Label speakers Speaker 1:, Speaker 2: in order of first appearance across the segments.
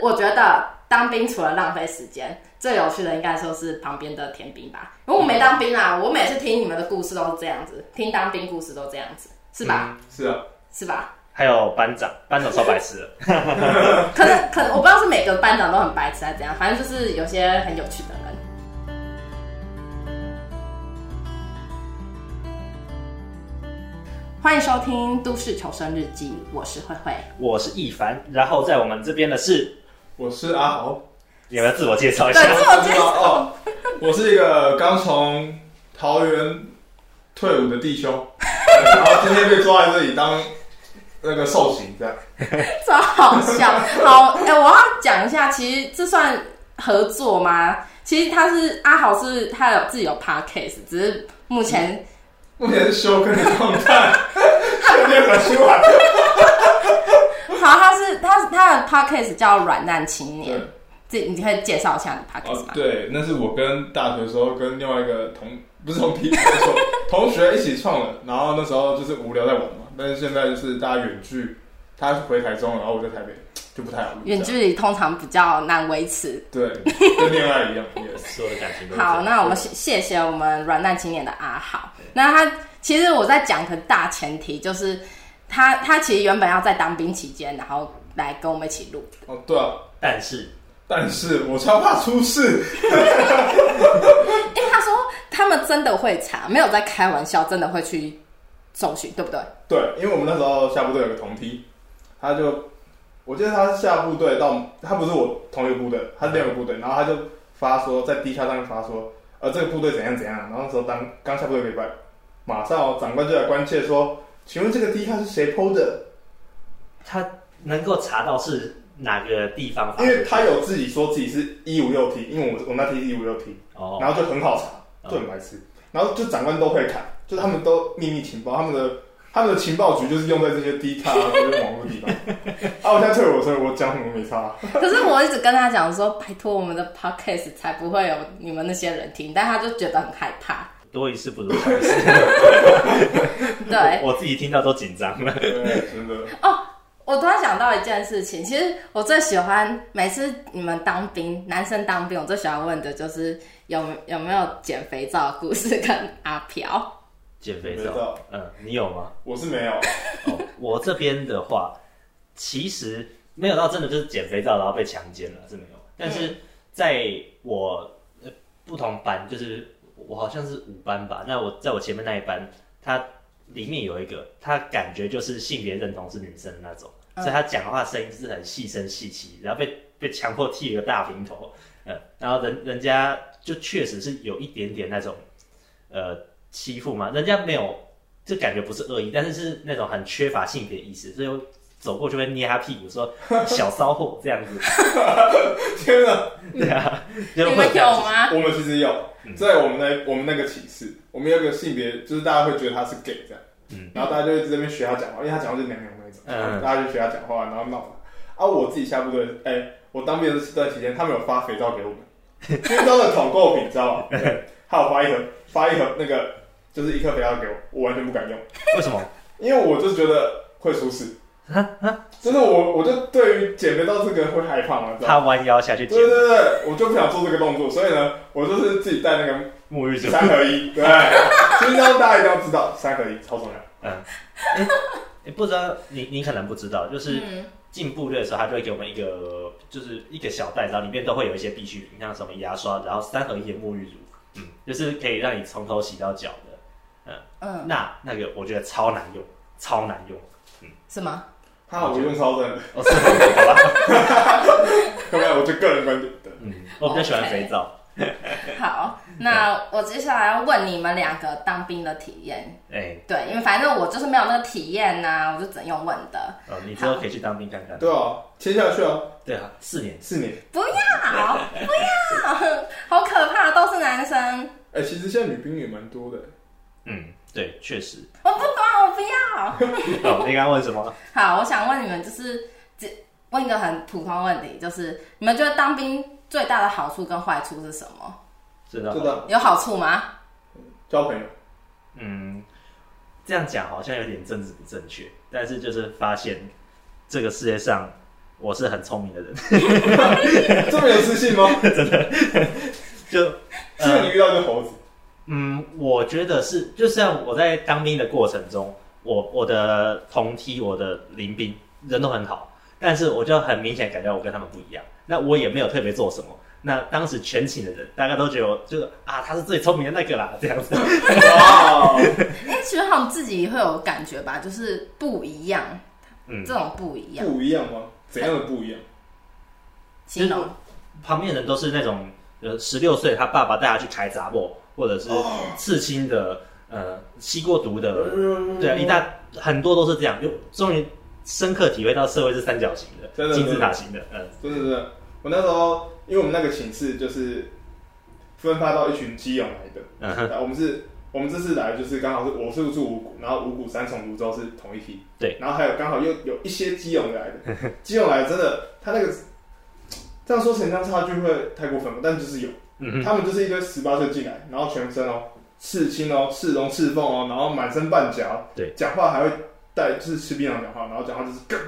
Speaker 1: 我觉得当兵除了浪费时间，最有趣的应该说是旁边的天兵吧。因为我没当兵啊，我每次听你们的故事都是这样子，听当兵故事都这样子，是吧？
Speaker 2: 是啊，
Speaker 1: 是吧？
Speaker 3: 还有班长，班长超白痴的，
Speaker 1: 可能可能我不知道是每个班长都很白痴还是怎样，反正就是有些很有趣的人。欢迎收听《都市求生日记》，我是慧慧。
Speaker 3: 我是易凡，然后在我们这边的是，
Speaker 2: 我是阿豪。
Speaker 3: 你们自我介绍一
Speaker 1: 对，
Speaker 3: 下。
Speaker 1: 自我介绍。
Speaker 2: 哦，我是一个刚从桃园退伍的弟兄， 然后今天被抓来这里当那个受刑，这样
Speaker 1: 超好笑。好，哎、我要讲一下，其实这算合作吗？其实他是阿豪是，他有自己有 podcast，只是目前
Speaker 2: 目前是休克的状 态，瞬间很出来。
Speaker 1: 好，他是他是他的 podcast 叫《软烂青年
Speaker 2: 对》，
Speaker 1: 这你可以介绍一下你的 podcast
Speaker 2: 哦
Speaker 1: 吗？，
Speaker 2: 对，那是我跟大学的时候跟另外一个同不是同批，错， 同学一起创的。然后那时候就是无聊在玩嘛，但是现在就是大家远距，他回台中了，然后我在台北，就不太好录。
Speaker 1: 远
Speaker 2: 这样
Speaker 1: 距离通常比较难维持。
Speaker 2: 对，跟恋爱一样，yes。
Speaker 3: 所有的感情都是这样
Speaker 1: 好，那我们谢谢谢我们软烂青年的阿豪。那他其实我在讲个大前提，就是他他其实原本要在当兵期间，然后来跟我们一起录。
Speaker 2: 哦，对啊，
Speaker 3: 但是
Speaker 2: 但是我超怕出事。
Speaker 1: 因为他说他们真的会查，没有在开玩笑，真的会去搜寻，对不 对？
Speaker 2: 对，因为我们那时候下部队有个同梯，他就，我记得他下部队到，他不是我同一个部队，他是另一个部队，然后他就发说在 D 下上面发说，呃，这个部队怎样怎样，然后那时候当刚下部队一个礼拜，马上、哦长官就来关切说，请问这个 D 卡是谁 PO 的？
Speaker 3: 他能够查到是哪个地方发
Speaker 2: 因
Speaker 3: 生的，
Speaker 2: 为他有自己说自己是一五六 T，因为我我那 T 是一五六 T，
Speaker 3: 哦，
Speaker 2: 然后就很好查，就很白痴。然后就长官都会看，就他们都秘密情报，他们的他们的情报局就是用在这些低卡啊、这些网络地方。啊，我现在退伍，所以我讲什么没差。
Speaker 1: 可是我一直跟他讲说，拜托我们的 podcast 才不会有你们那些人听，但他就觉得很害怕。
Speaker 3: 多一事不如少一事。
Speaker 1: 对，
Speaker 3: 我自己听到都紧张了。
Speaker 2: 对，真的。
Speaker 1: 我突然想到一件事情，其实我最喜欢每次你们当兵，男生当兵，我最喜欢问的就是有有没有捡肥皂的故事跟阿飘。
Speaker 3: 减肥
Speaker 2: 肥
Speaker 3: 皂，
Speaker 2: 皂，
Speaker 3: 嗯，你有吗？
Speaker 2: 我是没有。
Speaker 3: 哦，我这边的话，其实没有到真的就是减肥皂然后被强奸了是没有，但是在我呃不同班，就是我好像是五班吧，那我在我前面那一班，他里面有一个，他感觉就是性别认同是女生的那种，所以他讲话声音就是很细声细气，然后被被强迫剃了个大平头，呃，然后人人家就确实是有一点点那种呃欺负嘛，人家没有这感觉不是恶意，但是是那种很缺乏性别意识，所以我走过去会捏他屁股说小骚货这样子，
Speaker 2: 天哪，
Speaker 3: 对啊，
Speaker 1: 你
Speaker 3: 就
Speaker 1: 们
Speaker 3: 会这样
Speaker 1: 有
Speaker 3: 子
Speaker 1: 吗？
Speaker 2: 我们其实有在我们那我们那个寝室，我们有个性别，就是大家会觉得他是 gay 这样，然后大家就会在那边学他讲话，因为他讲话就是娘娘那种，
Speaker 3: 嗯
Speaker 2: 大家就学他讲话，然后闹嘛。啊，我自己下部队，哎、我当兵的这段期间，他们有发肥皂给我们，因为都是统购品，你知道吗？对他有发一盒，发一盒那个就是一颗肥皂给我，我完全不敢用，
Speaker 3: 为什么？
Speaker 2: 因为我就觉得会出事。真的，我我就对于减肥皂这个会害怕嘛，知道吗？
Speaker 3: 他弯腰下去捡
Speaker 2: 对对对，我就不想做这个动作，所以呢，我就是自己带那个
Speaker 3: 沐浴乳，
Speaker 2: 三合 一，对，就是让大家一定要知道三合一超重要。
Speaker 3: 你不知道你你可能不知道，就是
Speaker 1: 嗯，
Speaker 3: 进部队的时候，他就会给我们一个就是一个小袋，然后里面都会有一些必需品，像什么牙刷，然后三合一的沐浴乳，嗯，就是可以让你从头洗到脚的。
Speaker 1: 嗯，
Speaker 3: 那那个我觉得超难用，超难用，
Speaker 1: 是 吗？
Speaker 2: 他我用超正，
Speaker 3: 哦，是很好吧？
Speaker 2: 要不然我就个人观点对
Speaker 3: 嗯，我比较喜欢肥皂。
Speaker 1: 好，那我接下来要问你们两个当兵的体验。
Speaker 3: 哎、
Speaker 1: 对，因为反正我就是没有那个体验呐、我就只能用问的。
Speaker 3: 哦，你之后可以去当兵看看。
Speaker 2: 对啊，切下去啊，
Speaker 3: 对啊，四年。
Speaker 2: 四年。
Speaker 1: 不要，不要，好可怕，都是男生，
Speaker 2: 哎、其实现在女兵也蛮多的，
Speaker 3: 嗯，对，确 实。
Speaker 1: 我不管，我不要。
Speaker 3: 哦，你刚刚问什么？
Speaker 1: 好，我想问你们，就是这问一个很普通的问题，就是你们觉得当兵最大的好处跟坏处是什么？
Speaker 3: 真
Speaker 2: 真
Speaker 3: 的，
Speaker 2: 的
Speaker 1: 有好处吗？
Speaker 2: 交朋友。
Speaker 3: 嗯，这样讲好像有点政治不正确，但是就是发现这个世界上我是很聪明的人，
Speaker 2: 这么有自信吗？
Speaker 3: 就
Speaker 2: 所以你遇到一个 猴子，
Speaker 3: 嗯，我觉得是，就像我在当兵的过程中，我我的同梯、我的临兵人都很好，但是我就很明显感觉我跟他们不一样。那我也没有特别做什么。那当时全寝的人大家都觉得我就是啊，他是最聪明的那个啦，这样子。
Speaker 2: 哇，
Speaker 1: 哎、其实他们自己会有感觉吧，就是不一样，
Speaker 3: 嗯
Speaker 1: 这，种不一样，
Speaker 2: 不一样吗？怎样的不一样？
Speaker 1: 形容
Speaker 3: 旁边的人都是那种呃十六岁，他爸爸带他去开杂货，或者是
Speaker 2: 哦
Speaker 3: 刺青的，呃，吸过毒的，
Speaker 2: 嗯
Speaker 3: 对啊，一大很多都是这样，就终于深刻体会到社会是三角形
Speaker 2: 真
Speaker 3: 的，
Speaker 2: 的
Speaker 3: 金字塔型的，嗯，
Speaker 2: 真的真的，我那时候因为我们那个寝室就是分发到一群基友来的，
Speaker 3: 嗯
Speaker 2: 然后我们是，我们这次来就是刚好是我是住五谷，然后五谷三重泸州是同一批，
Speaker 3: 对，
Speaker 2: 然后还有刚好又有一些基隆的来 的，基隆来的真的他那个这样说成这样差距会太过分了，但就是有，
Speaker 3: 嗯哼，
Speaker 2: 他们就是一堆十八岁进来，然后全身哦刺青哦刺龙刺凤哦，然后满身半甲，
Speaker 3: 对，
Speaker 2: 讲话还会带就是吃槟榔讲话，然后讲话就是 跟，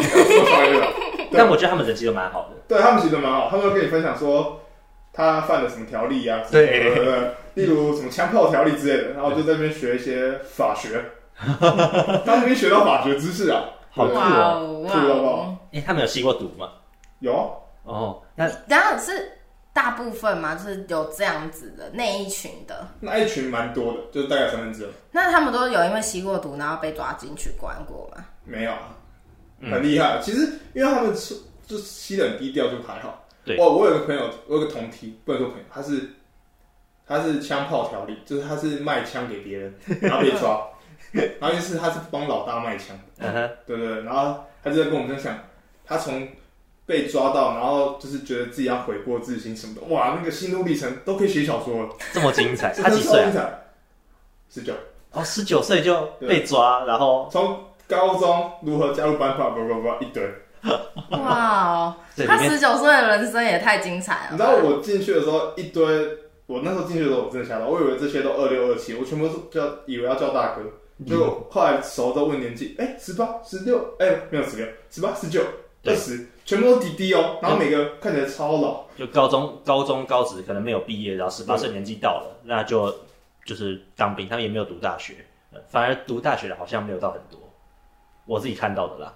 Speaker 2: 说出来了，
Speaker 3: 但我觉得他们人气都蛮好的，
Speaker 2: 对他们其实蛮好，他们会跟你分享说他犯了什么条例啊，什么
Speaker 3: 对
Speaker 2: 对对对，例如什么枪炮条例之类的，然后我就在那边学一些法 学，当兵学到法学知识啊，
Speaker 3: 好酷
Speaker 2: 对
Speaker 1: 哇
Speaker 3: 哦！
Speaker 1: 哦哇
Speaker 2: 酷了
Speaker 1: 哦，
Speaker 3: 哎，他们有吸过毒吗？
Speaker 2: 有啊
Speaker 3: 哦，那
Speaker 1: 然后是大部分嘛，就是有这样子的那一群的，
Speaker 2: 那一群蛮多的，就是大概三分之二，
Speaker 1: 那他们都有因为吸过毒然后被抓进去关过 吗？
Speaker 2: 没有啊，
Speaker 3: 嗯
Speaker 2: 很厉害。啊其实因为他们吃就吸的很低调，就还好。
Speaker 3: 对
Speaker 2: 我我有个朋友，我有个同梯，不能说朋友，他是他是枪炮条例，就是他是卖枪给别人，然后被 抓，然后就是他是帮老大卖枪。
Speaker 3: 嗯哼，
Speaker 2: 对对，对然后他就在跟我们分享，他从被抓到，然后就是觉得自己要悔过自新什么的，哇，那个心路历程都可以写小说了。
Speaker 3: 这么精彩，
Speaker 2: 这
Speaker 3: 他几岁啊？
Speaker 2: 啊？十九。
Speaker 3: 哦，十九岁就被抓，然后
Speaker 2: 从高中如何加入班法，不不不，一堆。
Speaker 1: 哇哦，
Speaker 3: 对
Speaker 1: 他
Speaker 3: 里面
Speaker 1: 十九岁的人生也太精彩了吧。
Speaker 2: 你知道我进去的时候，一堆，我那时候进去的时候，我真的吓到，我以为这些都二六二七，我全部都叫以为要叫大哥，
Speaker 3: 嗯
Speaker 2: 结果后来熟都问年纪，哎、十八、十六，哎，没有十六，十八、十九、
Speaker 3: 对嗯
Speaker 2: 二十，全部都弟弟哦，然后每个看起来超老。
Speaker 3: 就高中、高中、高职可能没有毕业，然后十八岁年纪到了，那就就是当兵，他们也没有读大学，呃反而读大学的好像没有到很多，我自己看到的啦。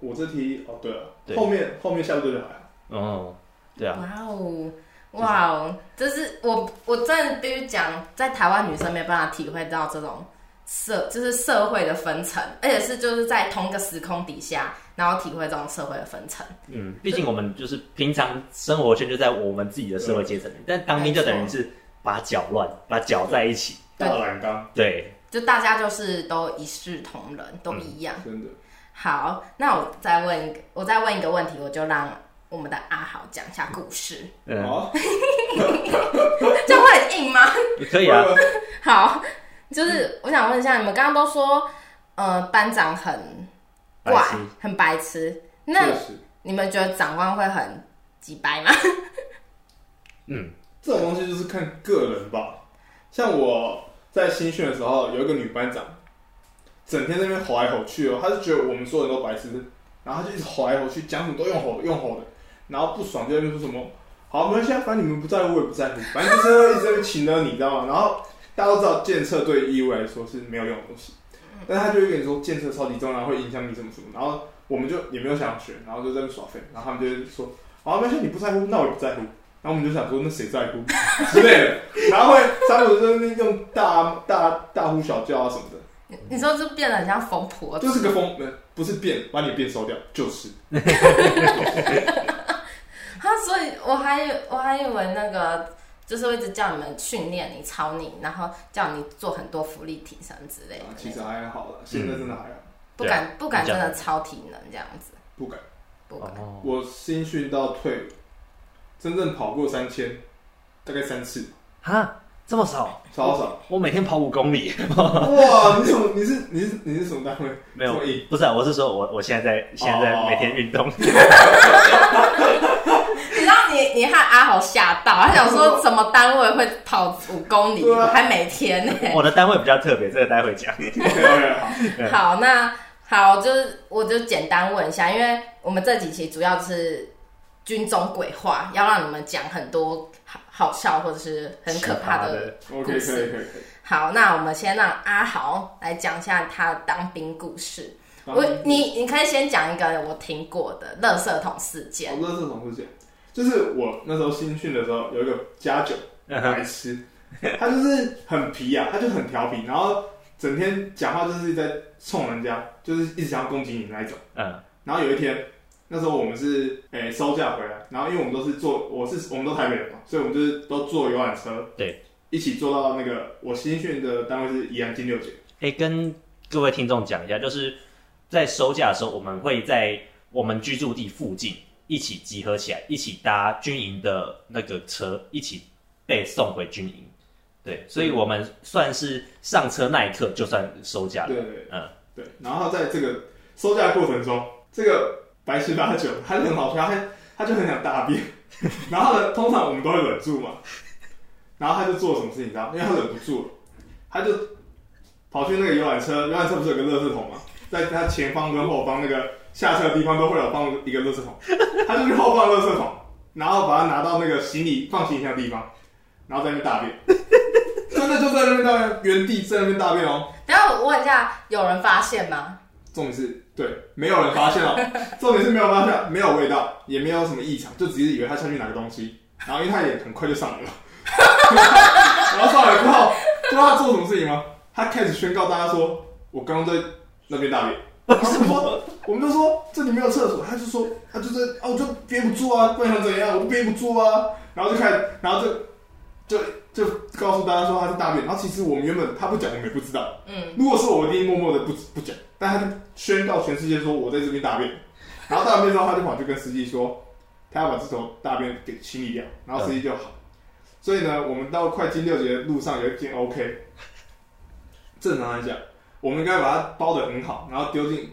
Speaker 2: 我这题哦，对了，
Speaker 3: 对
Speaker 2: 后面后面下部队就还好。
Speaker 3: 哦，对啊，
Speaker 1: 哇哦，哇哦，这是我我真的必须讲，在台湾女生没办法体会到这种社，就是社会的分层，而且是就是在同一个时空底下，然后体会这种社会的分层。
Speaker 3: 嗯，毕竟我们就是平常生活圈就在我们自己的社会阶层里，但当兵就等于是把搅乱，把搅在一起。
Speaker 1: 对
Speaker 2: 大染缸，
Speaker 3: 对，
Speaker 1: 就大家就是都一视同仁，都一样。
Speaker 2: 真的，
Speaker 1: 好，那我再问一个，我再问一个问题，我就让我们的阿豪讲一下故事，
Speaker 3: 嗯，
Speaker 2: 好，
Speaker 1: 这样会很硬吗？
Speaker 3: 可以啊，
Speaker 1: 好，
Speaker 2: 嗯
Speaker 1: 就是我想问一下，你们刚刚都说，呃，班长很怪
Speaker 3: 白痴，
Speaker 1: 很白痴，那
Speaker 2: 确实，
Speaker 1: 你们觉得长官会很鸡掰吗？
Speaker 3: 嗯，
Speaker 2: 这种东西就是看个人吧。像我在新训的时候，有一个女班长，整天在那边吼来吼去哦，她就觉得我们所有人都白痴，然后她就一直吼来吼去，讲什么都用吼的用吼的，然后不爽就在那边说什么，好，没关系啊，反正你们不在乎，我也不在乎，反正就是一直在那边请了你，知道吗？然后大家都知道，建设对义务来说是没有用的东西，但是他就会跟你说建设超级重要，会影响你什么什么，然后我们就也没有想学，然后就在那边耍废，然后他们就会说，好，没关系，你不在乎，那我也不在乎。然后我们就想说，那谁在乎 之类的，然后会三五在那边用大大大呼小叫啊什么的，
Speaker 1: 你你说就变得很像疯婆子，
Speaker 2: 就是 个疯，呃不是变，把你变收掉，就是
Speaker 1: 他啊所以我还以我还以为那个就是会一直叫你们训练你、操你，然后叫你做很多福利提升之类
Speaker 2: 啊
Speaker 1: 的，
Speaker 2: 其实啊还好
Speaker 3: 嗯
Speaker 2: 了，现在真的还好，
Speaker 1: 不敢、不敢
Speaker 3: 你讲
Speaker 1: 真的超体能这样子，
Speaker 2: 不敢。
Speaker 1: 不敢。
Speaker 3: 哦，
Speaker 2: 我新训到退伍，真正跑过三千，大概三次，
Speaker 3: 哈，这么少，
Speaker 2: 超 少。
Speaker 3: 我每天跑五公里，
Speaker 2: 哇，你怎么？你是你是你是什么单位？
Speaker 3: 没有
Speaker 2: 这么硬，
Speaker 3: 不是、啊，我是说我我现在在现在
Speaker 2: 哦
Speaker 3: 在每天运动，
Speaker 1: 你知道你你和阿豪吓到，他想说什么单位会跑五公里，
Speaker 2: 对啊
Speaker 1: 还每天呢、
Speaker 3: 我的单位比较特别，这个待会讲。
Speaker 1: 嗯
Speaker 2: OK，OK，好
Speaker 3: 对
Speaker 1: 好，那好，就是我就简单问一下，因为我们这几期主要是军中鬼话，要让你们讲很多好好笑或者是很可怕
Speaker 3: 奇葩
Speaker 1: 的
Speaker 3: 的，
Speaker 2: OK，可以可以可以。
Speaker 1: 好，那我们先让阿豪来讲一下他的当兵故事。我你你可以先讲一个我听过的垃圾桶事件。
Speaker 2: 我不知哦道这种事情，就是我那时候新训的时候，有一个家 酒
Speaker 3: 嗯哼
Speaker 2: 白痴，他就是很皮啊，他就很调皮，然后整天讲话就是在冲人家，就是一直想要攻击你那一种。
Speaker 3: 嗯，
Speaker 2: 然后有一天，那时候我们是诶、收假回来，然后因为我们都是坐，我是我们都台北人嘛，所以我们就是都坐游览车，
Speaker 3: 对，
Speaker 2: 一起坐到那个我新训的单位是宜兰金六街，
Speaker 3: 哎、跟各位听众讲一下，就是在收假的时候，我们会在我们居住地附近一起集合起来，一起搭军营的那个车，一起被送回军营。对，所以我们算是上车那一刻就算收假了。
Speaker 2: 对对对，
Speaker 3: 嗯
Speaker 2: 对。然后在这个收假过程中，这个白痴八九他很好笑，他他就很想大便，然后呢，通常我们都会忍住嘛，然后他就做了什么事情，你知道吗？因为他忍不住了，他就跑去那个游览车，游览车不是有个垃圾桶吗？在他前方跟后方那个下车的地方都会有放一个垃圾桶，他就去后方垃圾桶，然后把它拿到那个行李放行李箱的地方，然后在那边大便，真的就在那边大便，原地在那边大便哦。
Speaker 1: 等一下我问一下，有人发现吗？
Speaker 2: 重点是对，没有人发现哦。重点是没有发现，没有味道，也没有什么异常，就只是以为他下去拿个东西，然后因为他也很快就上来了， 然后上来之后，知道他做什么事情吗？他开始宣告大家说：“我刚刚在那边大便。”然后我们说，我们就说这里没有厕所，他就说他就是啊，我就憋不住啊，不然想怎样，我就憋不住啊，然后就开始，然后就就就告诉大家说他是大便，然后其实我们原本他不讲，我们也不知道。
Speaker 1: 嗯，
Speaker 2: 如果是我，我一定默默的不不讲，但他就宣告全世界说我在这边大便，然后大完便之后，他就跑去跟司机说，他要把这头大便给清理掉，然后司机就好。所以呢，我们到快金六节的路上有一间 OK，正常来讲，我们应该把它包的很好，然后丢进，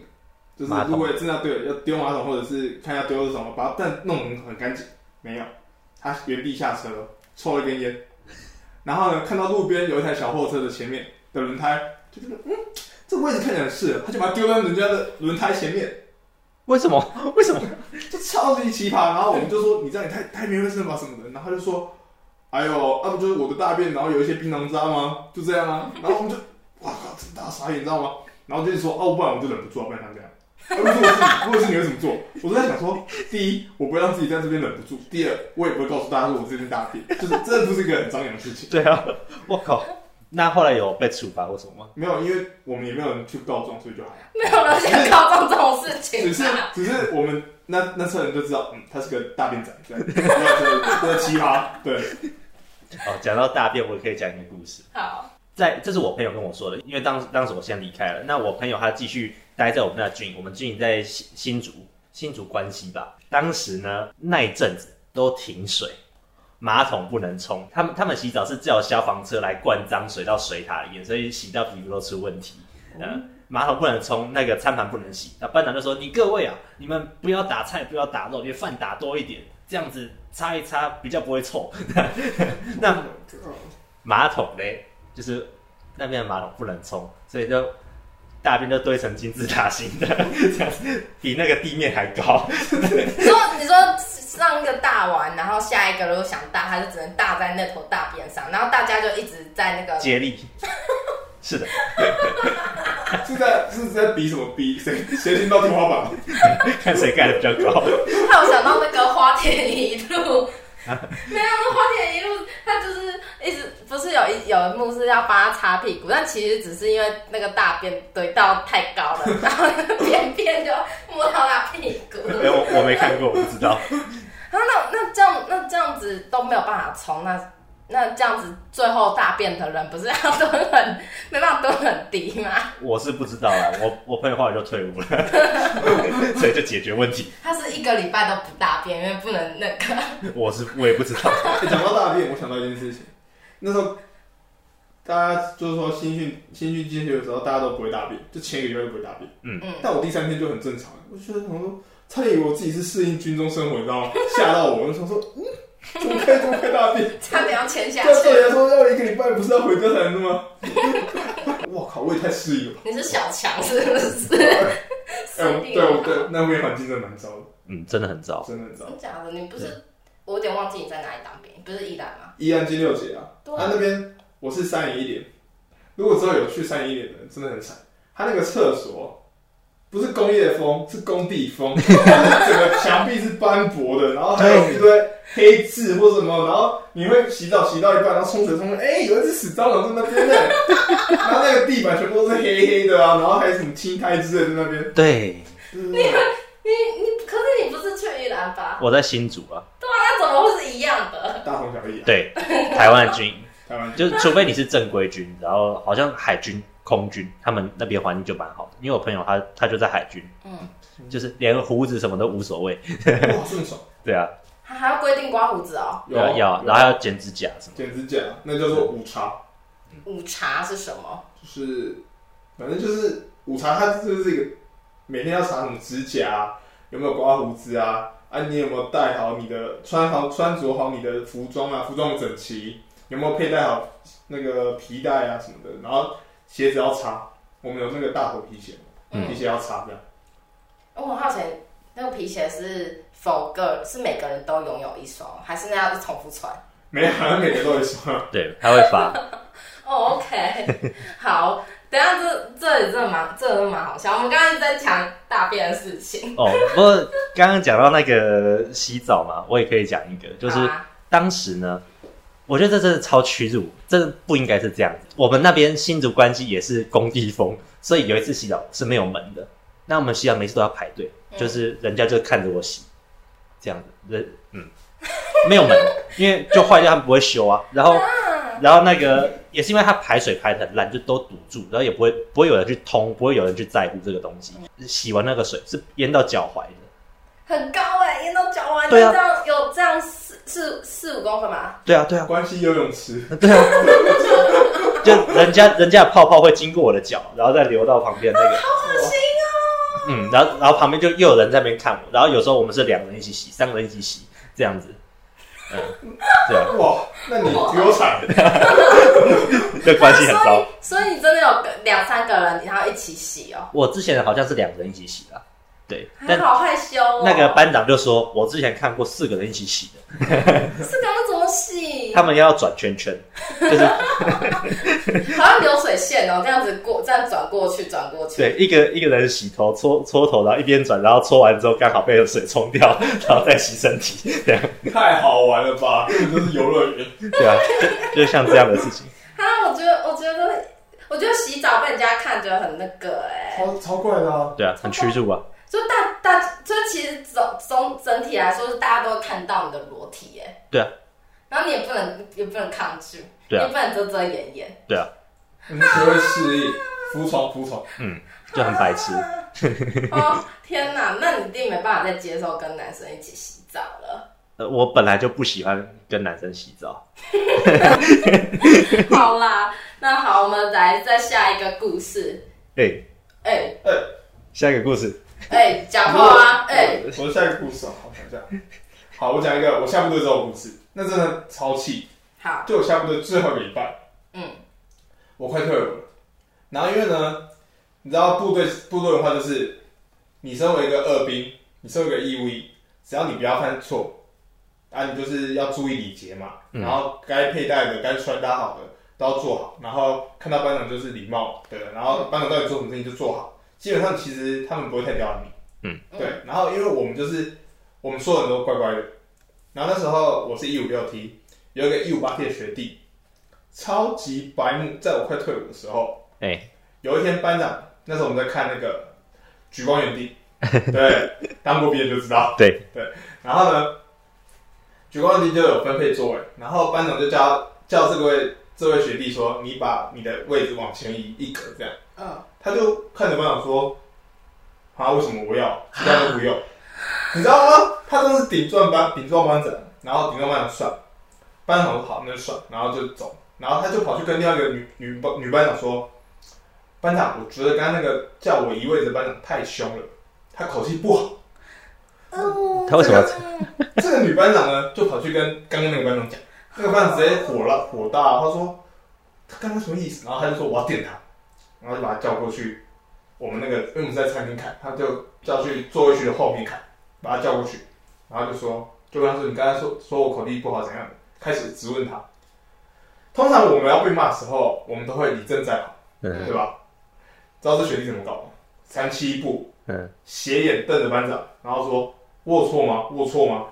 Speaker 2: 就是
Speaker 3: 马桶
Speaker 2: 如果真的要对要丢马桶或者是看要丢什么，把它但弄得很很干净，没有，他原地下车了，抽了一根烟，然后呢，看到路边有一台小货车的前面的轮胎，就觉得嗯，这个位置看起来很适合，他就把它丢在人家的轮胎前面，
Speaker 3: 为什么？为什么？
Speaker 2: 就超级奇葩。然后我们就说你这样也太太没卫生了吧什么的，然后他就说，哎呦，那、不就是我的大便，然后有一些槟榔渣吗？就这样啊。然后我们就，哇靠，真大傻眼，你知道吗？然后就是说，哦，不然我就忍不住啊，不然想这样。哎如果是我，如果是你会怎么做？我就在想说，第一，我不会让自己在这边忍不住；第二，我也不会告诉大家说我这边大便，就是真的不是一个很张扬的事情。
Speaker 3: 对啊，我靠！那后来有被处罚或什么吗？
Speaker 2: 没有，因为我们也没有人去告状，所以就还好。
Speaker 1: 没有人想告状这种事情、啊。
Speaker 2: 只是只是我们那那车人就知道，嗯，他是个大便仔，对，没有这个这个奇葩，对，
Speaker 3: 哦，讲到大便，我可以讲一个故事。
Speaker 1: 好，
Speaker 3: 在这是我朋友跟我说的，因为当当时我先离开了，那我朋友他继续待在我们那军营，我们军营在新新竹新竹关西吧。当时呢那一阵子都停水，马桶不能冲，他们他们洗澡是叫消防车来灌脏水到水塔里面，所以洗到皮肤都出问题。呃，马桶不能冲，那个餐盘不能洗。那班长就说：“你各位啊，你们不要打菜，不要打肉，你的饭打多一点，这样子擦一擦比较不会臭。” 那马桶嘞，就是那边的马桶不能冲，所以就大便就堆成金字塔形的， 这样子比那个地面还高。
Speaker 1: 你说你说上一个大完，然后下一个如果想大，他就只能大在那头大便上，然后大家就一直在那个
Speaker 3: 接力，是的，
Speaker 2: 是在是在比什么比谁谁先到天花 板，
Speaker 3: 看谁盖的比较高。
Speaker 1: 他有想到那个花田一 路，没有，那花田一路，他就是一直不是有一有一幕是要帮他擦屁股，但其实只是因为那个大便堆到太高了，然后那个便便就摸到他屁股。
Speaker 3: 哎、我我没看过，我不知道。
Speaker 1: 然后那那这样那这样子都没有办法冲，那那这样子最后大便的人不是要蹲很没办法蹲很低吗？
Speaker 3: 我是不知道啊，我我朋友后来就退伍了， 所以就解决问题。
Speaker 1: 他是一个礼拜都不大便，因为不能那 个。
Speaker 3: 我是我也不知道，
Speaker 2: 欸讲到大便，我想到一件事情，那时候大家就是说新训新训进去的时候，大家都不会大便，就前一个月都不会大便，
Speaker 3: 嗯
Speaker 1: 嗯
Speaker 2: 但我第三天就很正常，我就觉得想说，差点以为我自己是适应军中生活，你知道吗？吓到我，我就想说，嗯，怎么可以这么快大便？
Speaker 1: 差点要签下
Speaker 2: 对啊
Speaker 1: 去。
Speaker 2: 对来说要一个礼拜不是要回家才能的吗？ 哇靠，我也太适应了吧。
Speaker 1: 你是小强是不是？ 啊
Speaker 2: 哎、我对我对那边环境真的蛮糟的，
Speaker 3: 嗯，真的很糟。
Speaker 2: 真的很糟。
Speaker 1: 真假的？你不是我有点忘记你在哪里当兵，不是宜兰吗？
Speaker 2: 宜安第六节啊，
Speaker 1: 对啊
Speaker 2: 他那边我是三营一连，如果之后有去三营一连的人，真的很惨。他那个厕所不是工业风，是工地风，就是整个墙壁是斑驳的，然后还有一堆黑痣或什么，然后你会洗澡洗到一半，然后冲水冲水，哎、有一只死蟑螂在那边呢，然后那个地板全部都是黑黑的啊，然后还有什么青苔之类的在那边，
Speaker 3: 对，
Speaker 1: 你你可是你不是去宜兰吧？
Speaker 3: 我在新竹啊，
Speaker 1: 那怎么会是一样的？
Speaker 2: 大同小异啊，
Speaker 3: 对，台湾的军营，
Speaker 2: 台湾
Speaker 3: 就是除非你是正规军，然后好像海军、空军，他们那边环境就蛮好的。因为我朋友他他就在海军，
Speaker 1: 嗯，
Speaker 3: 就是连胡子什么都无所谓。
Speaker 2: 哇这么爽，
Speaker 3: 对啊，
Speaker 1: 还还要规定刮胡子哦。
Speaker 2: 有
Speaker 3: 要
Speaker 2: 啊
Speaker 3: 要啊，
Speaker 2: 有
Speaker 3: 然后还要剪指甲什么的。
Speaker 2: 剪指甲，那叫做五叉。
Speaker 1: 午茶是什么？
Speaker 2: 就是反正就是午茶，它就是一个每天要查什么指甲啊、有没有刮胡子啊，啊你有没有带好你的穿好穿着好你的服装啊，服装整齐，有没有佩戴好那个皮带啊什么的，然后鞋子要擦，我们有那个大头皮鞋嘛，
Speaker 1: 嗯
Speaker 2: 皮鞋要擦这样，
Speaker 1: 哦我很好奇，那个皮鞋是否个是每个人都拥有一双，还是那要重复穿？
Speaker 2: 没有，好像每个都会穿。
Speaker 3: 对，他会发。
Speaker 1: 哦、o k 好，等一下这这里真的蛮这里真的蛮好笑。我们刚刚一直在讲大便的事情，
Speaker 3: 哦，不过刚刚讲到那个洗澡嘛，我也可以讲一个，就是
Speaker 1: 好啊
Speaker 3: 当时呢，我觉得这真的超屈辱，真的不应该是这样子。我们那边新竹关系也是工地风，所以有一次洗澡是没有门的。那我们洗澡每次都要排队，
Speaker 1: 嗯
Speaker 3: 就是人家就看着我洗，这样子，人嗯，没有门，因为就坏掉他们不会修啊。然后，然后那个也是因为它排水排得很烂，就都堵住，然后也不会不会有人去通，不会有人去在乎这个东西。洗完那个水是淹到脚踝的，
Speaker 1: 很高哎、欸，淹到脚踝，
Speaker 3: 对啊
Speaker 1: 这样有这样四四四五公分吧？
Speaker 3: 对啊，对 啊，
Speaker 2: 关系游泳池，
Speaker 3: 对啊，就人家人家的泡泡会经过我的脚，然后再流到旁边那个，
Speaker 1: 啊
Speaker 3: 嗯，然后然后旁边就又有人在那边看我，然后有时候我们是两个人一起洗，三个人一起洗这样子，嗯，对啊，
Speaker 2: 哇，那你比我惨，
Speaker 3: 这关系很
Speaker 1: 所以
Speaker 3: 糟。
Speaker 1: 所以你真的有两三个人，然后一起洗哦、
Speaker 3: 我之前好像是两个人一起洗啦，对，
Speaker 1: 还
Speaker 3: 但
Speaker 1: 好害羞哦、
Speaker 3: 那个班长就说，我之前看过四个人一起洗的，
Speaker 1: 四个人怎么洗？
Speaker 3: 他们要转圈圈，就是
Speaker 1: 好像流水线哦、这样子过，这样转过去，转过去。
Speaker 3: 对一个一个人洗头搓搓头，然后一边转，然后搓完之后刚好被水冲掉，然后再洗身体，这样
Speaker 2: 太好玩了吧，根本就是游乐园。
Speaker 3: 对啊，就就像这样的事情。
Speaker 1: 啊，我觉得，我觉得，我觉得洗澡被人家看觉得很那个哎、
Speaker 2: 超超怪的啊！
Speaker 3: 对啊，很屈辱啊。
Speaker 1: 就大大，就其实总总整体来说，是大家都会看到你的裸体哎、
Speaker 3: 对啊，
Speaker 1: 然后你也不能也不能抗拒，
Speaker 3: 对啊
Speaker 1: 也不能遮遮掩掩，
Speaker 3: 对啊，
Speaker 2: 哎你学会适应，服从服从。
Speaker 3: 嗯，就很白痴。
Speaker 1: 啊。哦天哪，那你一定没办法再接受跟男生一起洗澡了。
Speaker 3: 呃，我本来就不喜欢跟男生洗澡。
Speaker 1: 好啦，那好，我们来再下一个故事。
Speaker 3: 哎、
Speaker 1: 哎、
Speaker 2: 哎、
Speaker 3: 下一个故事，
Speaker 1: 哎、讲话啊，哎、
Speaker 2: 我的下一个故事啊，好想一下。好，我讲一个我下部队之后的故事，那真的超气。
Speaker 1: 好，
Speaker 2: 就我下部队最后一个礼拜，
Speaker 1: 啊嗯，
Speaker 2: 我快退伍了。然后因为呢，你知道部队部队文化就是，你身为一个二兵，你身为一个义务役，只要你不要犯错，啊，你就是要注意礼节嘛。
Speaker 3: 嗯
Speaker 2: 然后该佩戴的、该穿搭好的都要做好。然后看到班长就是礼貌的，然后班长到底做什么事情就做好。基本上其实他们不会太刁难你。
Speaker 3: 嗯，
Speaker 2: 对。然后因为我们就是我们所有人都乖乖的。然后那时候我是一五六 T，有一个一五八 T 的学弟，超级白目。在我快退伍的时候，
Speaker 3: 哎、
Speaker 2: 有一天班长那时候我们在看那个《举光原地》，对，当过兵的就知道。
Speaker 3: 对
Speaker 2: 对，然后呢，《举光原地》就有分配座位，然后班长就叫叫这位这位学弟说：“你把你的位置往前移一格，这样。”
Speaker 1: 嗯，
Speaker 2: 他就看着班长说：“啊，为什么我要？其他都不用？你知道吗？他都是顶撞班顶撞班长，然后顶撞班长算，班长说好，那就算，然后就走，然后他就跑去跟另外一个女女班女班长说：班长，我觉得刚刚那个叫我移位置的班长太凶了，他口气不好。
Speaker 1: 哦
Speaker 3: 他为什么 要
Speaker 2: 这个女班长呢，就跑去跟刚刚那个班长讲，那个班长直接火了，火大，他说他刚刚什么意思？然后他就说我要电他，然后就把他叫过去，我们那个因为我们是在餐厅砍，他就叫去座位区的后面砍，把他叫过去，然后就说，就跟他说你刚才说说我口力不好怎样的，开始质问他。通常我们要被骂的时候，我们都会以正在好，
Speaker 3: 嗯
Speaker 2: 对吧？知道这学弟怎么搞吗？三七步，
Speaker 3: 嗯，
Speaker 2: 斜眼瞪着班长，然后说我有错吗？我有错吗？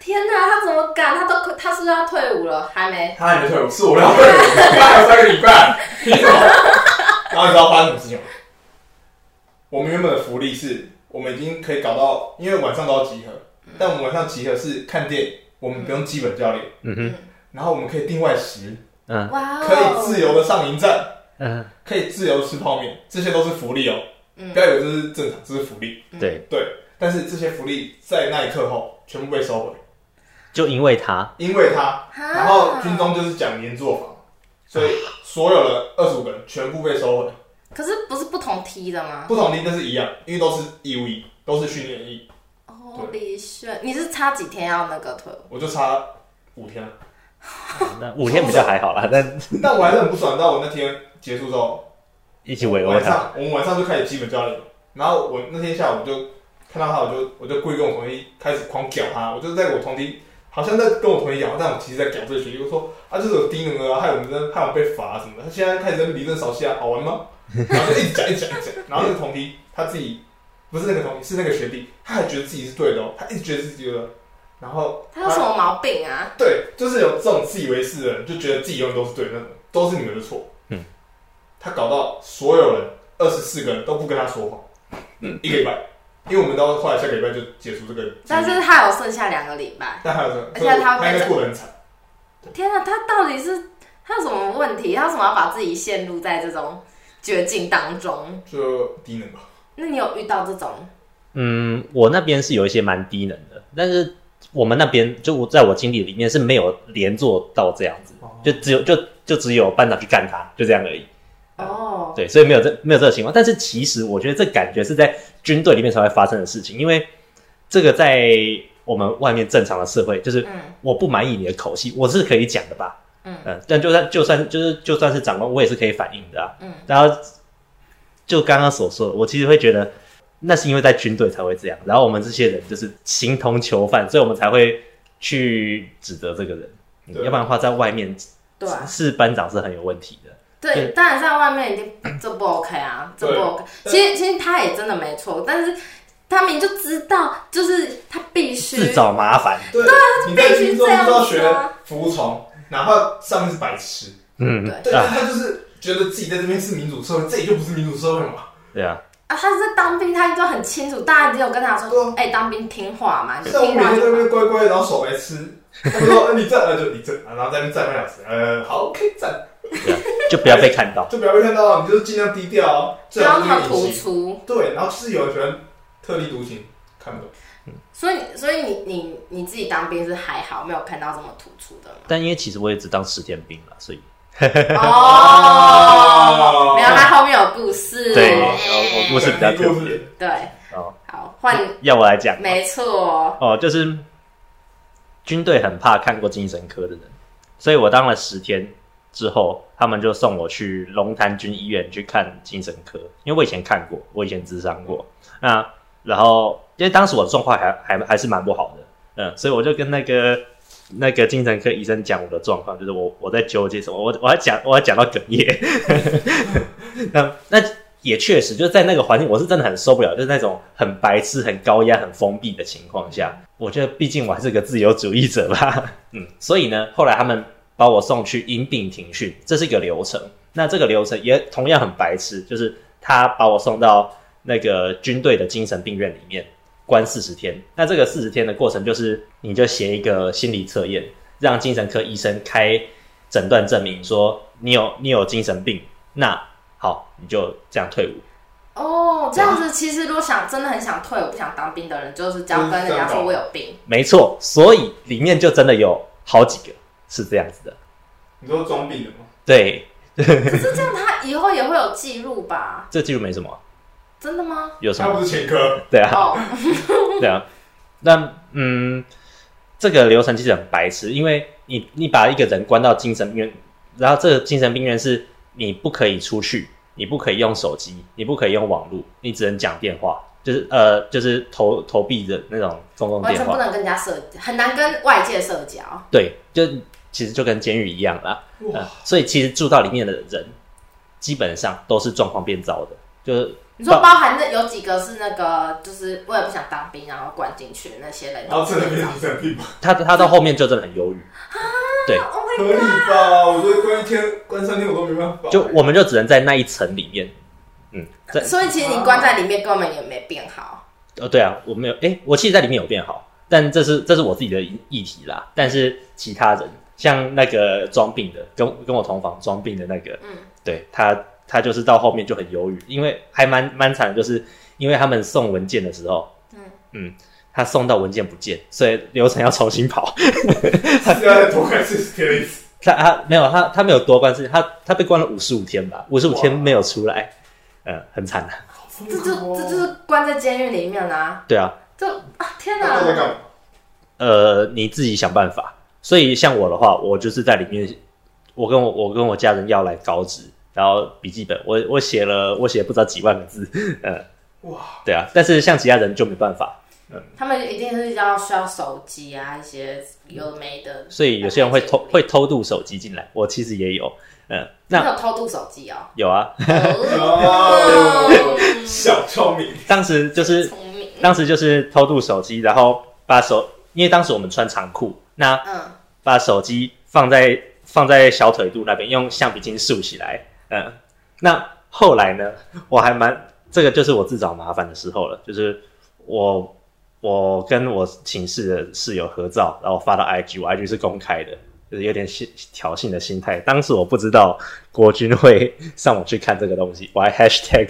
Speaker 1: 天哪，他怎么敢？他都他是不是要退伍了？还没？
Speaker 2: 他还没退伍，是我要退伍，他还有三个礼拜，你怎么？然后你知道发生什么事情吗？我们原本的福利是，我们已经可以搞到，因为晚上都要集合，但我们晚上集合是看电影，我们不用基本教练，
Speaker 3: 嗯
Speaker 1: 哼，
Speaker 2: 然后我们可以订外食，
Speaker 3: 嗯
Speaker 1: 哇哦，
Speaker 2: 可以自由的上营站，
Speaker 3: 嗯，
Speaker 2: 可以自由地吃泡面，这些都是福利哦，
Speaker 1: 嗯
Speaker 2: 不要以为这是正常，这是福利，
Speaker 3: 对，
Speaker 2: 对。但是这些福利在那一刻后全部被收回，
Speaker 3: 就因为他，
Speaker 2: 因为他
Speaker 1: 哈
Speaker 2: 然后军中就是讲连坐法，所以所有的二十五个人全部被收回，
Speaker 1: 可是不是不同梯的吗？
Speaker 2: 不同兵但是一样，因为都是义务役，都是训练役，
Speaker 1: 哦，李炫，你是差几天要那个退伍？
Speaker 2: 我就差五天了。
Speaker 3: 那五天比较还好 啦，但
Speaker 2: 但我还是很不爽，你知道我那天结束之后，
Speaker 3: 一起围殴
Speaker 2: 晚
Speaker 3: 他，
Speaker 2: 上我们晚上就开始基本教练，然后我那天下午就看到他，我就我就故意跟我同梯开始狂屌他，我就在我同梯。好像在跟我同学讲，但我其实在屌这个学弟，我说啊，这是有低能儿啊，害我们真害我们被罚什么的。他现在开始在理论扫戏啊，好玩吗？然后就一直讲，一直讲，一直讲。然后那个同梯他自己不是那个同梯，是那个学弟，他还觉得自己是对的哦，他一直觉得自己对的。然后
Speaker 1: 他有什么毛病啊？
Speaker 2: 对，就是有这种自以为是的人，就觉得自己永远都是对的那种，都是你们的错。
Speaker 3: 嗯，
Speaker 2: 他搞到所有人二十四个人都不跟他说谎，
Speaker 3: 嗯
Speaker 2: 一个礼拜，因为我们到后来下个礼拜就解除这个。
Speaker 1: 但是他有剩下两个礼拜。
Speaker 2: 但还有这个，
Speaker 1: 而且他
Speaker 2: 他应该过得很惨。
Speaker 1: 天啊，他到底是他有什么问题？他为什么要把自己陷入在这种绝境当中？
Speaker 2: 就低能吧。
Speaker 1: 那你有遇到这种？
Speaker 3: 嗯，我那边是有一些蛮低能的，但是我们那边就我在我经历里面是没有连坐到这样子，就只有就就只有班长去干他，就这样而已。
Speaker 1: 哦，
Speaker 3: 对，所以没有这没有这个情况。但是其实我觉得这感觉是在军队里面才会发生的事情，因为这个在我们外面正常的社会，就是
Speaker 1: 嗯
Speaker 3: 我不满意你的口气，我是可以讲的吧？
Speaker 1: 嗯
Speaker 3: 嗯，但就算就算就是就算是长官，我也是可以反应的啊。
Speaker 1: 嗯，
Speaker 3: 然后就刚刚所说的，我其实会觉得那是因为在军队才会这样，然后我们这些人就是形同囚犯，所以我们才会去指责这个人，嗯
Speaker 2: 对
Speaker 3: 要不然的话在外面
Speaker 1: 对啊，
Speaker 3: 是班长是很有问题的。
Speaker 1: 对，当然在外面已经这不 OK 啊，这不
Speaker 2: 对
Speaker 1: OK。其实其实他也真的没错，但是他明就知道，就是他必须
Speaker 3: 自找麻烦，
Speaker 2: 对，
Speaker 1: 啊
Speaker 2: 你在军中就要学服从，哪怕上面是白痴，
Speaker 3: 嗯，
Speaker 2: 对，
Speaker 3: 啊，
Speaker 2: 但他就是觉得自己在这边是民主社会，这里就不是民主社会嘛。
Speaker 3: 对啊，
Speaker 1: 啊，他是在当兵，他就很清楚，大家只有跟他
Speaker 2: 对
Speaker 1: 说
Speaker 2: 啊，
Speaker 1: 哎、当兵听话嘛，你
Speaker 2: 像我
Speaker 1: 啊听
Speaker 2: 每
Speaker 1: 话
Speaker 2: 天在
Speaker 1: 就好。
Speaker 2: 那边乖乖，然后手白痴，他说呃你站，那就你站，然后在那边站半小时，呃，好，OK，站，
Speaker 3: 就不要被看到。
Speaker 2: 就不要被看到，你就是尽量低调哦，
Speaker 1: 不
Speaker 2: 最
Speaker 1: 要
Speaker 2: 好
Speaker 1: 那么
Speaker 2: 是
Speaker 1: 突
Speaker 2: 隐形。
Speaker 1: 出，
Speaker 2: 对，然后就是有人喜欢特立独行，看不懂。
Speaker 1: 所以所以你你你自己当兵是还好，没有看到这么突出 的。
Speaker 3: 但因为其实我也只当十天兵了，所以
Speaker 1: 哦，没有，他后面有故事。
Speaker 3: 对
Speaker 1: 哎
Speaker 3: 我故事比较特别
Speaker 2: 故事
Speaker 1: 对，
Speaker 3: 哦，
Speaker 1: 好，换，
Speaker 3: 要我来讲
Speaker 1: 没错，
Speaker 3: 哦，就是军队很怕看过精神科的人，所以我当了十天之后，他们就送我去龙潭军医院去看精神科，因为我以前看过，我以前咨商过。那然后因为当时我的状况还 还还是蛮不好的，嗯，所以我就跟那个。那个精神科医生讲我的状况，就是我我在纠结什么，我我还讲我还讲到哽咽， 那那也确实就是在那个环境，我是真的很受不了，就是那种很白痴、很高压、很封闭的情况下。我觉得毕竟我还是个自由主义者吧， 嗯，所以呢，后来他们把我送去因病停训，这是一个流程。那这个流程也同样很白痴，就是他把我送到那个军队的精神病院里面关四十天。那这个四十天的过程就是，你就写一个心理测验，让精神科医生开诊断证明说你有你有精神病，那好，你就这样退伍。
Speaker 1: 哦，这样子其实如果想真的很想退，我不想当兵的人，就是只要跟人家说我有病，
Speaker 3: 没错，所以里面就真的有好几个是这样子的。
Speaker 2: 你说装病的吗？
Speaker 3: 对，
Speaker 1: 可是这样他以后也会有记录吧？
Speaker 3: 这记录没什么，
Speaker 1: 真的 吗？
Speaker 3: 有什
Speaker 2: 他
Speaker 3: 么？
Speaker 2: 不是前科，
Speaker 3: 对啊，
Speaker 1: 哦，
Speaker 3: 对啊。那嗯，这个流程其实很白痴，因为你你把一个人关到精神病院，然后这个精神病院是你不可以出去，你不可以用手机，你不可以用网络，你只能讲电话，就是呃，就是投投币的那种公共
Speaker 1: 完
Speaker 3: 电
Speaker 1: 全不
Speaker 3: 话。
Speaker 1: 能跟人家社，很难跟外界社交。
Speaker 3: 对，就其实就跟监狱一样啦。呃
Speaker 2: 哇，
Speaker 3: 所以其实住到里面的人，基本上都是状况变糟的，就是
Speaker 1: 你说包含那有几个是那个，就是我也不想当兵，然后关进去的那些人
Speaker 2: 然后
Speaker 1: 都
Speaker 2: 哦这
Speaker 1: 是
Speaker 2: 个
Speaker 1: 这
Speaker 2: 变
Speaker 1: 种。
Speaker 2: 成这地方，
Speaker 3: 他他到后面就真的很忧郁。对，
Speaker 1: Oh
Speaker 2: 合
Speaker 1: my
Speaker 2: 理吧？我觉得关一天、关三天我都没办法。
Speaker 3: 就我们就只能在那一层里面，嗯，在
Speaker 1: god！所以其实你关在里面根本也没变好。
Speaker 3: 呃，对啊，我没有，诶，我其实在里面有变好，但这是这是我自己的议议题啦。但是其他人，像那个装病的，跟跟我同房装病的那个，
Speaker 1: 嗯，
Speaker 3: 对他他就是到后面就很忧郁，因为还蛮蛮惨的，就是因为他们送文件的时候，
Speaker 1: 嗯
Speaker 3: 嗯，他送到文件不见，所以流程要重新跑。
Speaker 2: 现在多快四十天的意思，
Speaker 3: 他他没有他他没有多关事，他他被关了五十五天吧，五十五天没有出来，嗯，很惨啊。
Speaker 1: 这就
Speaker 2: 哦
Speaker 1: 这就是关在监狱里面啦、
Speaker 3: 对啊，
Speaker 1: 就啊天
Speaker 2: 那我在干
Speaker 1: 哪！
Speaker 2: 嘛？
Speaker 3: 呃，你自己想办法。所以像我的话，我就是在里面，我跟我我跟我家人要来稿纸，然后笔记本，我我写了我写不知道几万个字，呃，
Speaker 2: 哇，
Speaker 3: 对啊，但是像其他人就没办法，
Speaker 1: 他们一定是要需要手机啊，一些有的没的。
Speaker 3: 所以有些人会偷
Speaker 1: 还可以
Speaker 3: 会偷渡手机进来，我其实也有，嗯，那
Speaker 1: 你有偷渡手机哦。
Speaker 3: 有啊，
Speaker 2: 哦小聪明，
Speaker 3: 当时 就是
Speaker 1: 聪明。
Speaker 3: 当时就是偷渡手机，然后把手，因为当时我们穿长裤，那
Speaker 1: 嗯，
Speaker 3: 把手机放在放在小腿肚那边，用橡皮筋竖起来。嗯，那后来呢，我还蛮这个就是我自找麻烦的时候了，就是我我跟我寝室的室友合照，然后发到 IG，我 IG 是公开的，就是有点心挑衅的心态。当时我不知道国军会上网去看这个东西，我还 hashtag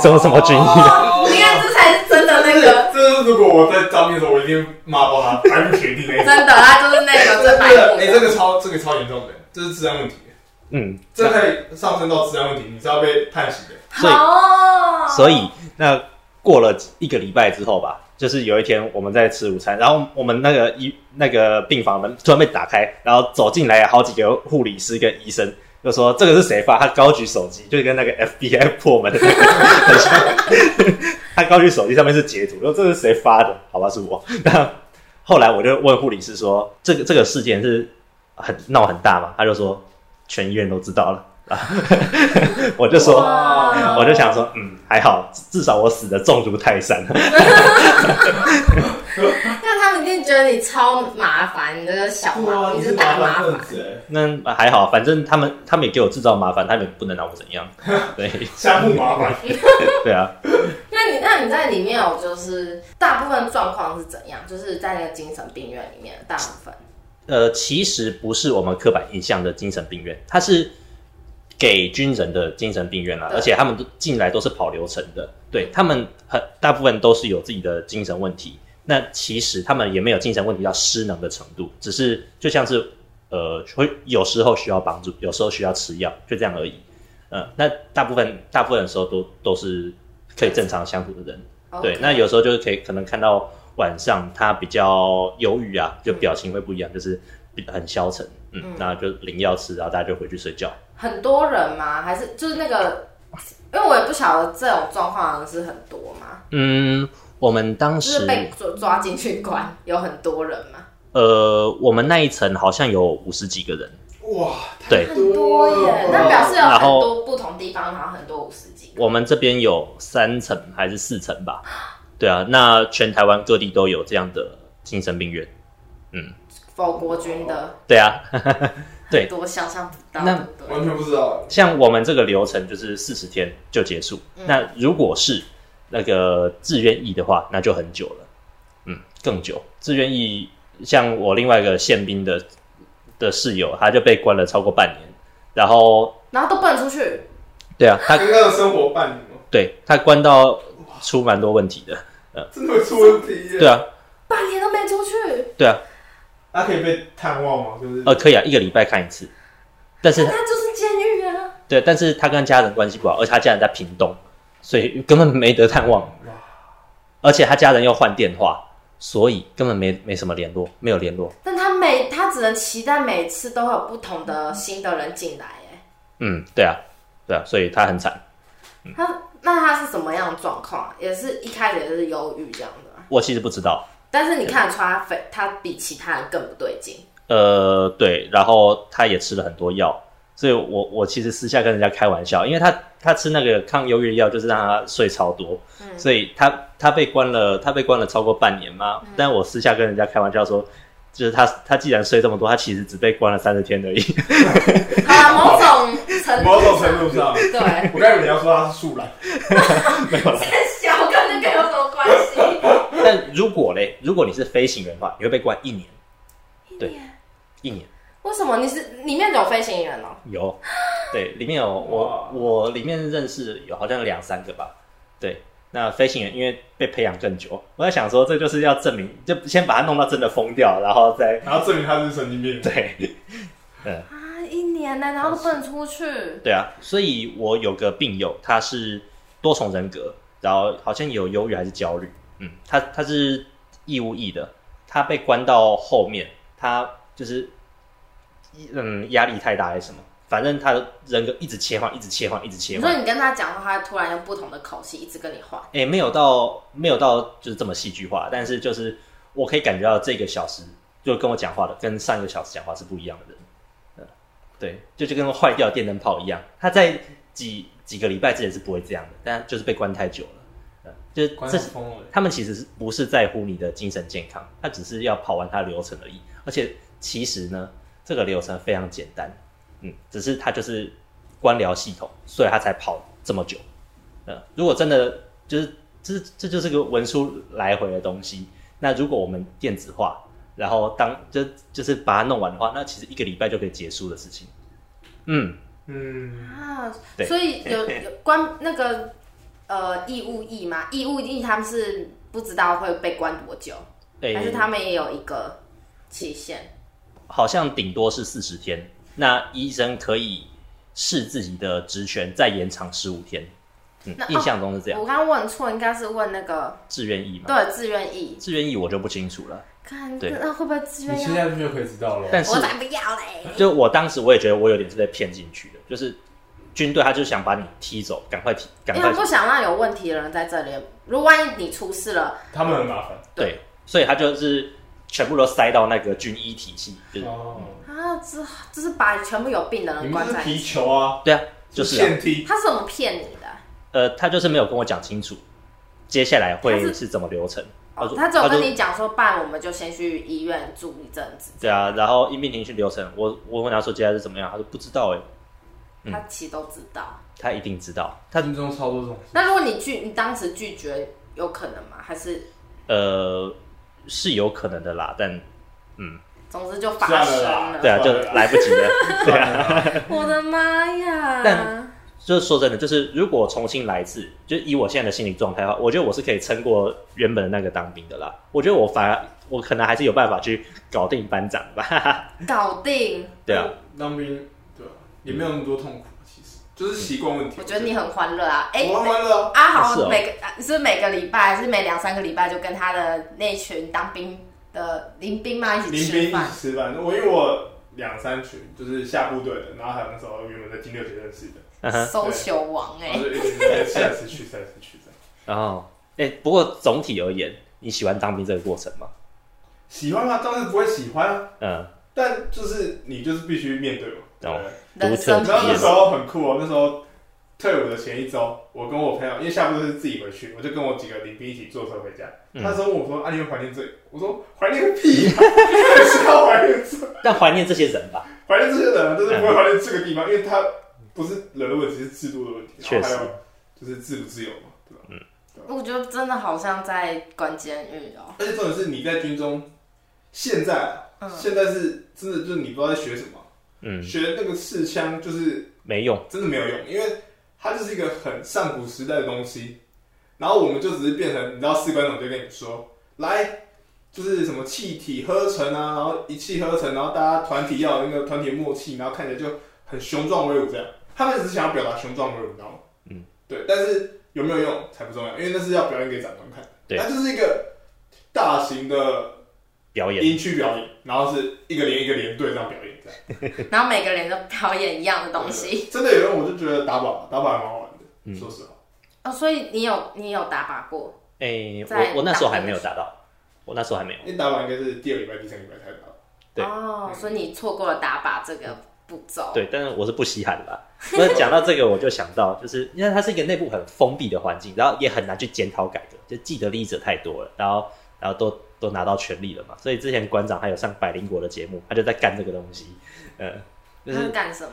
Speaker 3: 怎么怎么军医
Speaker 1: 哦，你看这才是真的那 个，
Speaker 2: 这是如果我在照片的时候，我一定骂爆他，白目学弟那一
Speaker 1: 真
Speaker 2: 种。
Speaker 1: 的，他就是那个
Speaker 2: 真
Speaker 1: 真白
Speaker 2: 的，
Speaker 1: 目
Speaker 2: 哎，这个超这个超严重的，这是治安问题，
Speaker 3: 嗯，
Speaker 2: 这在上升到治安问题，你是要被判刑的。
Speaker 3: 所以
Speaker 1: 好哦，
Speaker 3: 所以那过了一个礼拜之后吧，就是有一天我们在吃午餐，然后我们那个医那个病房门突然被打开，然后走进来好几个护理师跟医生，就说这个是谁发？他高举手机，就跟那个 FBI 破门的那个很像。 他高举手机上面是截图，说这是谁发的？好吧，是我。那后来我就问护理师说，这个这个事件是很闹很大嘛？他就说全医院都知道了。 啊，我就说
Speaker 2: 哦
Speaker 1: 哇
Speaker 3: 我就想说，嗯，还好，至少我死的重如泰山。
Speaker 1: 那他们一定觉得你超麻烦，你这个小麻，啊你是大麻烦。欸
Speaker 2: 子
Speaker 3: 那还好，反正他们他们也给我制造麻烦，他们也不能拿我怎样。对
Speaker 2: 哎，相互麻烦。
Speaker 3: 对啊，
Speaker 1: 那你那你在里面有就是大部分状况是怎样？就是在那个精神病院里面，大部分
Speaker 3: 呃，其实不是我们刻板印象的精神病院，它是给军人的精神病院啦，
Speaker 1: 对
Speaker 3: 而且他们都进来都是跑流程的，对他们很大部分都是有自己的精神问题。那其实他们也没有精神问题到失能的程度，只是就像是呃，会有时候需要帮助，有时候需要吃药，就这样而已。嗯，那大部分大部分的时候都都是可以正常相处的人。对
Speaker 1: 哦 OK，
Speaker 3: 那有时候就是可以可能看到晚上他比较忧郁啊，就表情会不一样，就是比很消沉。嗯，那就领药吃，然后大家就回去睡觉。
Speaker 1: 很多人吗？还是就是那个？因为我也不晓得这种状况是很多嘛，
Speaker 3: 嗯，我们当
Speaker 1: 就
Speaker 3: 时
Speaker 1: 是被抓抓进去关，有很多人嘛，
Speaker 3: 呃，我们那一层好像有五十几个人，
Speaker 2: 哇，
Speaker 3: 对
Speaker 1: 很多耶，那表示有
Speaker 3: 然
Speaker 1: 很
Speaker 3: 后
Speaker 1: 多不同地方，然后很多五十几个。
Speaker 3: 我们这边有三层还是四层吧？对啊，那全台湾各地都有这样的精神病院。
Speaker 1: 否国军的，
Speaker 3: 对啊，对
Speaker 1: 多想象不到，
Speaker 3: 那
Speaker 1: 对不对
Speaker 2: 完全不知道。
Speaker 3: 像我们这个流程就是四十天就结束。那如果是那个自愿意的话，那就很久了，嗯，更久。自愿意，像我另外一个宪兵的的室友，他就被关了超过半年。然后，
Speaker 1: 然后都不能出去，
Speaker 3: 对啊，他
Speaker 2: 刚刚的生活伴侣吗？
Speaker 3: 对他关到出蛮多问题的。
Speaker 2: 真的会出问题耶。
Speaker 3: 对啊，
Speaker 1: 半年都没出去，
Speaker 3: 对啊，
Speaker 2: 他可以被探望吗？就是
Speaker 3: 呃，可以啊，一个礼拜看一次。但是
Speaker 1: 那，他就是监狱啊。
Speaker 3: 对，但是他跟家人关系不好，而且他家人在屏东，所以根本没得探望。而且他家人又换电话，所以根本没没什么联络，没有联络。
Speaker 1: 但他每他只能期待每次都有不同的新的人进来，哎，
Speaker 3: 嗯，对啊，对啊，所以他很惨。
Speaker 2: 嗯
Speaker 1: 他那他是什么样的状况、啊？也是一开始也是忧郁这样的啊，
Speaker 3: 我其实不知道，
Speaker 1: 但是你看得出他非他比其他人更不对 劲。
Speaker 3: 呃，对，然后他也吃了很多药，所以我我其实私下跟人家开玩笑，因为他他吃那个抗忧郁的药，就是让他睡超多，所以他他被关了，他被关了超过半年嘛。但我私下跟人家开玩笑说，就是他他既然睡这么多，他其实只被关了三十天而已。
Speaker 1: 好啦，某种程度，
Speaker 2: 某种程度上，
Speaker 1: 对，
Speaker 2: 我刚以为你要说他是树懒，
Speaker 1: 小跟这个有什么关系？
Speaker 3: 但如果嘞，如果你是飞行员的话，你会被关一年，对
Speaker 1: 一年，
Speaker 3: 一年
Speaker 1: 为什么你是里面有飞行员哦？
Speaker 3: 有，对，里面有我我里面认识有好像有两三个吧，对。那飞行员因为被培养更久，我在想说，这就是要证明，就先把他弄到真的疯掉，然后再
Speaker 2: 然后证明他是神经病。
Speaker 3: 对
Speaker 1: 啊，一年呢，然后都不能出去。
Speaker 3: 对啊，所以我有个病友，他是多重人格，然后好像有忧郁还是焦虑，嗯，他他是义务役的，他被关到后面，他就是嗯压力太大还是什么，反正他的人格一直切换，一直切换，一直切
Speaker 1: 你
Speaker 3: 换
Speaker 1: 说。你跟他讲话，他突然用不同的口气一直跟你话，
Speaker 3: 诶，哎没有到没有到就是这么戏剧化，但是就是我可以感觉到这个小时就跟我讲话的跟上一个小时讲话是不一样的人，嗯对，就就跟坏掉的电灯泡一样，他在几几个礼拜之前是不会这样的，但就是被关太久了，嗯就是这是
Speaker 2: 疯了，
Speaker 3: 他们其实是不是在乎你的精神健康，他只是要跑完他的流程而已，而且其实呢，这个流程非常简单，嗯，只是他就是官僚系统，所以他才跑这么久。呃，如果真的就是这这就是个文书来回的东西，那如果我们电子化，然后当就就是把它弄完的话，那其实一个礼拜就可以结束的事情。嗯，
Speaker 2: 嗯，
Speaker 1: 啊，
Speaker 3: 对
Speaker 1: 所以 有有关那个呃义务役嘛，义务役他们是不知道会被关多久，
Speaker 3: 诶、
Speaker 1: 还是他们也有一个期限？
Speaker 3: 好像顶多是四十天，那医生可以视自己的职权再延长十五天。嗯
Speaker 1: 那，哦
Speaker 3: 印象中是这样，
Speaker 1: 我刚问错，应该是问那个
Speaker 3: 志愿意嘛？
Speaker 1: 对志愿役，
Speaker 3: 志愿意我就不清楚了，
Speaker 1: 看
Speaker 3: 对
Speaker 1: 那会不会志愿
Speaker 2: 你现
Speaker 1: 役？啊
Speaker 2: 在去就可以知道了。
Speaker 3: 但是
Speaker 1: 我才不要嘞！
Speaker 3: 就我当时我也觉得我有点是被骗进去的，就是军队他就想把你踢走，赶快踢，赶
Speaker 1: 因为
Speaker 3: 快
Speaker 1: 他不想让有问题的人在这里。如果万一你出事了，
Speaker 2: 他们很麻烦。
Speaker 3: 对，所以他就是全部都塞到那个军医体系，就是
Speaker 2: 哦，
Speaker 1: 啊，这这是把全部有病的
Speaker 2: 你
Speaker 1: 人
Speaker 2: 们
Speaker 1: 关
Speaker 2: 是
Speaker 1: 在一
Speaker 2: 皮
Speaker 1: 起。
Speaker 2: 球啊，
Speaker 3: 对啊，就是啊、
Speaker 2: 线踢。
Speaker 1: 他是怎么骗你的？
Speaker 3: 呃，他就是没有跟我讲清楚接下来
Speaker 1: 他
Speaker 3: 会
Speaker 1: 是
Speaker 3: 是怎么流程，他
Speaker 1: 哦
Speaker 3: 说
Speaker 1: 他只有
Speaker 3: 他
Speaker 1: 跟
Speaker 3: 就
Speaker 1: 你讲说办，我们就先去医院住一阵子。
Speaker 3: 对啊，然后应聘庭序流程，我我问他说接下来是怎么样，他说不知道哎、嗯
Speaker 1: 他其实都知道。
Speaker 3: 他一定知道，
Speaker 2: 他
Speaker 3: 他
Speaker 2: 心中超多这种事，
Speaker 1: 那如果你拒，你当时拒绝，有可能吗？还是
Speaker 3: 呃是有可能的啦，但嗯，
Speaker 1: 总之就发
Speaker 2: 算
Speaker 1: 生
Speaker 2: 了啦
Speaker 1: 了？
Speaker 3: 对啊，就
Speaker 2: 算了啦
Speaker 3: 来不及 了。
Speaker 2: 对啊，
Speaker 1: 我的妈呀！
Speaker 3: 但就是说真的，就是如果重新来一次，就以我现在的心理状态的话，我觉得我是可以撑过原本的那个当兵的啦。我觉得我反而我可能还是有办法去搞定班长吧。哈哈
Speaker 1: 搞定，
Speaker 3: 对啊，，
Speaker 2: 当兵对啊，也没有那么多痛苦，其实就是习惯问题。
Speaker 1: 我觉得你很欢乐啊！哎、
Speaker 2: 我玩完了啊，
Speaker 1: 阿
Speaker 3: 是
Speaker 1: 豪
Speaker 3: 哦
Speaker 1: 每个啊是每个礼拜，还是每两三个礼拜就跟他的那群当兵的林兵嘛一起
Speaker 2: 民
Speaker 1: 吃
Speaker 2: 兵一
Speaker 1: 饭
Speaker 3: 啊
Speaker 2: 起。吃饭，我因为我两三群就是下部队的，然后还有那时候原本在金六学认识的，
Speaker 3: 嗯哼
Speaker 1: 搜球王哎、
Speaker 2: 然后就一直在吃来吃去，吃来吃去这样。
Speaker 3: 然后，哎、不过总体而言，你喜欢当兵这个过程吗？
Speaker 2: 喜欢吗？当然不会喜欢啊，
Speaker 3: 嗯，
Speaker 2: 但就是你就是必须面对嘛。对不对
Speaker 3: 懂
Speaker 1: 人生
Speaker 3: 独
Speaker 2: 然后那
Speaker 3: 特体
Speaker 2: 时
Speaker 1: 体
Speaker 3: 验
Speaker 2: 候很酷哦，那时候退伍的前一周，我跟我朋友，因为下部队是自己回去，我就跟我几个邻兵一起坐车回家。
Speaker 3: 嗯
Speaker 2: 那时候我说：“啊，你们怀念这里？”我说：“怀念个屁、啊！为什么要怀念这？
Speaker 3: 但怀念这些人吧。
Speaker 2: 怀念这些人啊，就是不会怀念这个地方，因为他不是人的问题，是制度的问题。
Speaker 3: 确实
Speaker 2: 然后还有就是自不自由嘛，对吧？
Speaker 1: 我觉得真的好像在关监狱哦。
Speaker 2: 而且重点是你在军中，现在啊、
Speaker 1: 嗯
Speaker 2: 现在是真的就是你不知道在学什么，
Speaker 3: 嗯，
Speaker 2: 学那个刺枪就是
Speaker 3: 没用。
Speaker 2: 真的没有用，因为它就是一个很上古时代的东西。然后我们就只是变成，你知道士官长就跟你说，来，就是什么气体合成啊，然后一气呵成，然后大家团体要有那个团体默契，然后看起来就很雄壮威武这样。他们只是想要表达雄壮威武，你知道吗？
Speaker 3: 嗯，
Speaker 2: 对。但是有没有用才不重要，因为那是要表演给长官看。
Speaker 3: 对
Speaker 2: 它就是一个大型的
Speaker 3: 表演，
Speaker 2: 音区表演，然后是一个连一个连队这样表演，这样
Speaker 1: 然后每个人都表演一样的东西。
Speaker 2: 对真的有人我就觉得打靶打靶还蛮好玩的，
Speaker 3: 嗯
Speaker 2: 说实话。
Speaker 1: 哦，所以你有你有打靶过？
Speaker 3: 哎、
Speaker 1: 在
Speaker 3: 我我那时候还没有达到，我那时候还没有，
Speaker 2: 因为打靶应该是第二礼拜、第三礼拜才打，
Speaker 3: 对
Speaker 1: 哦，所以你错过了打靶这个步骤。
Speaker 3: 对，但是我是不稀罕的啦。那讲到这个，我就想到，就是因为它是一个内部很封闭的环境，然后也很难去检讨改革，就既得利益者太多了，然后然后都都拿到权力了嘛。所以之前馆长还有上百灵国的节目，他就在干这个东西，呃，
Speaker 1: 他
Speaker 3: 就是
Speaker 2: 嗯
Speaker 1: 们干什么？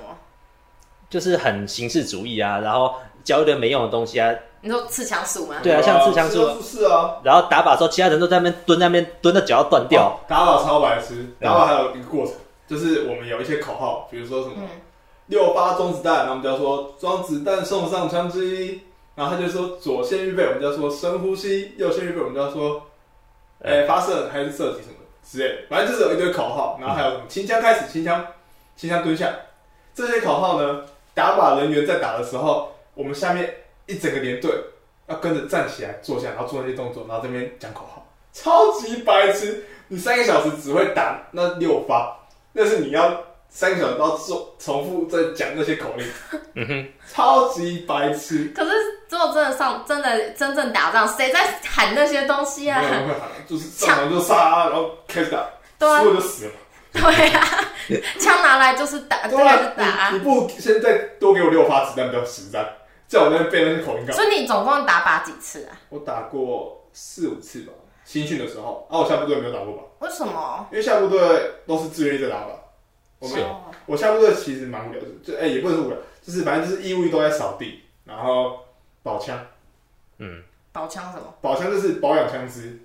Speaker 3: 就是很形式主义啊，然后教一堆没用的东西啊，
Speaker 1: 你说刺枪术吗？
Speaker 3: 对啊像刺枪术
Speaker 2: 是啊是啊，
Speaker 3: 然后打靶的时候，其他人都在那边蹲在那边蹲的脚要断掉，嗯
Speaker 2: 哦打靶超白痴，打靶还有一个过程，就是我们有一些口号，比如说什么
Speaker 1: 嗯，
Speaker 2: 六八中子弹，然后我们就要说装子弹送上枪之一，然后他就说左线预备，我们就要说深呼吸，右线预备，我们就要说，
Speaker 3: 嗯
Speaker 2: 哎、发射还是射击什么之类的，反正就是有一堆口号，然后还有什
Speaker 3: 嗯
Speaker 2: 么清枪开始，清枪，清枪蹲下，这些口号呢，打靶人员在打的时候，我们下面一整个连队要跟着站起来、坐下，然后做那些动作，然后这边讲口号，超级白痴！你三个小时只会打那六发，那是你要三个小时都要做重复在讲那些口令，
Speaker 3: 嗯哼，
Speaker 2: 超级白痴。
Speaker 1: 可是如果真的上真的真正打仗，谁在喊那些东西啊
Speaker 2: 没有？人会喊，就是上场就杀，然后开始打，
Speaker 1: 对啊
Speaker 2: 输了就死了。
Speaker 1: 对啊， 枪拿来就是打，这
Speaker 2: 对
Speaker 1: 个就
Speaker 2: 啊，
Speaker 1: 打啊
Speaker 2: 你。你不现在多给我六发子弹比较实战，叫我在那边背那些口令干
Speaker 1: 所
Speaker 2: 嘛？
Speaker 1: 以你总共打靶几次啊？
Speaker 2: 我打过四五次吧，新训的时候，啊，我下部队没有打过吧，
Speaker 1: 为什么？
Speaker 2: 因为下部队都是自愿役在打吧。我们
Speaker 3: 是
Speaker 1: 哦
Speaker 2: 我下部队其实蛮无聊的，就哎、也不是无聊，就是反正就是义务役都在扫地，然后保枪，
Speaker 3: 嗯，
Speaker 1: 保枪什么？
Speaker 2: 保枪就是保养枪支，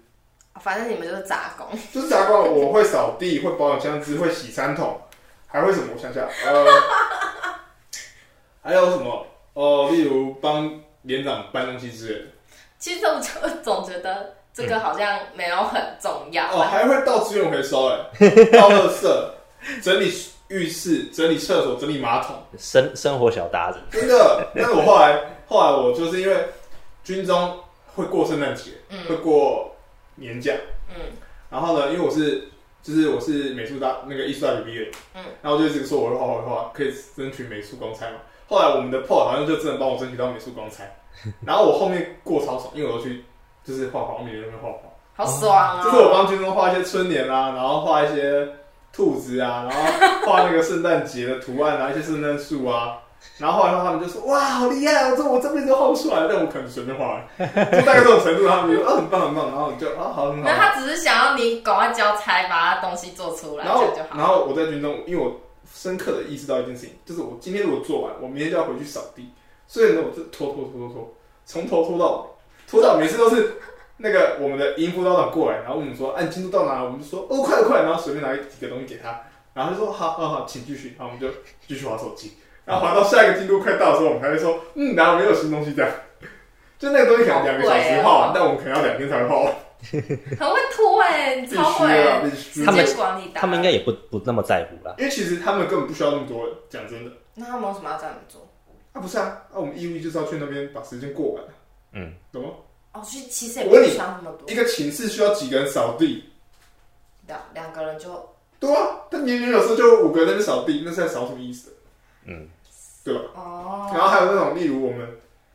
Speaker 1: 反正你们就是杂工。
Speaker 2: 就是杂工，我会扫地，会保养枪支，会洗三桶，还会什么？我想想，呃， 还有什么？哦，例如帮连长搬东西之类的。
Speaker 1: 其实我就总觉得这个好像没有很重要。
Speaker 2: 哦，还会倒资源回收，哎，倒垃圾，整理浴室，整理厕所，整理马桶，
Speaker 3: 生生活小达人，
Speaker 2: 真的。但是我后来，后来我就是因为军中会过圣诞节，
Speaker 1: 嗯
Speaker 2: 会过年假，
Speaker 1: 嗯
Speaker 2: 然后呢，因为我是就是我是美术大那个艺术大学毕业的，
Speaker 1: 嗯，
Speaker 2: 然后我就一直说我会画画会画，可以争取美术公差嘛。后来我们的 PO 好像就真的帮我争取到美术 公差，然后我后面过超爽，因为我都去就是画画，我每天都会画画。
Speaker 1: 好爽
Speaker 2: 就是我
Speaker 1: 哦！
Speaker 2: 帮军中画一些春联啊，然后画一些兔子啊，然后画那个圣诞节的图案啊，一些圣诞树啊。 然后后来他们就说：“哇，好厉害哦！这我这辈子都画不出来，但我可能随便画了， 就大概这种程度。”他们就说：“啊，很棒，很棒。”然后你就啊，好，很好
Speaker 1: 那。他只是想要你赶快交差，把他东西做出来，
Speaker 2: 然
Speaker 1: 这
Speaker 2: 后
Speaker 1: 样就好。
Speaker 2: 然后我在军中，因为我深刻的意识到一件事情，就是我今天如果做完，我明天就要回去扫地，所以呢，我就拖拖拖拖拖，从头拖到尾，拖到每次都是那个我们的营副道长过来，然后问我们说，啊按进度到哪？我们就说哦，快了快了，然后随便拿几个东西给他，然后他就说好好好，请继续，然后我们就继续划手机，然后划到下一个进度快到的时候，我们才会说嗯，然后没有新东西这样。
Speaker 1: 啊
Speaker 2: 就那个东西可能两个小时画完，
Speaker 1: 好贵哦
Speaker 2: 但我们可能要两天才会画完，
Speaker 1: 很会拖哎、
Speaker 2: 必
Speaker 1: 你
Speaker 2: 须
Speaker 1: 超会、
Speaker 2: 啊，
Speaker 1: 欸，
Speaker 2: 必须
Speaker 1: 时
Speaker 2: 啊。
Speaker 3: 他们
Speaker 1: 间管理达人。
Speaker 3: 他们应该也不不那么在乎啦。
Speaker 2: 因为其实他们根本不需要那么多人，讲真的。
Speaker 1: 那他们为什么要这样做？
Speaker 2: 啊，不是啊，啊，我们义务就是要去那边把时间过完，啊
Speaker 3: 嗯，
Speaker 2: 懂吗？
Speaker 1: 哦，其实其实也
Speaker 2: 我
Speaker 1: 不
Speaker 2: 问你
Speaker 1: 需要那么多
Speaker 2: 一，个寝室需要几个人扫地？
Speaker 1: 两两个人就
Speaker 2: 对啊，但你你有时候就五个人在那边扫地，那是在扫什么意思？啊
Speaker 3: 嗯，
Speaker 2: 对吧？ 然
Speaker 1: 哦，
Speaker 2: 后还有那种，例如我们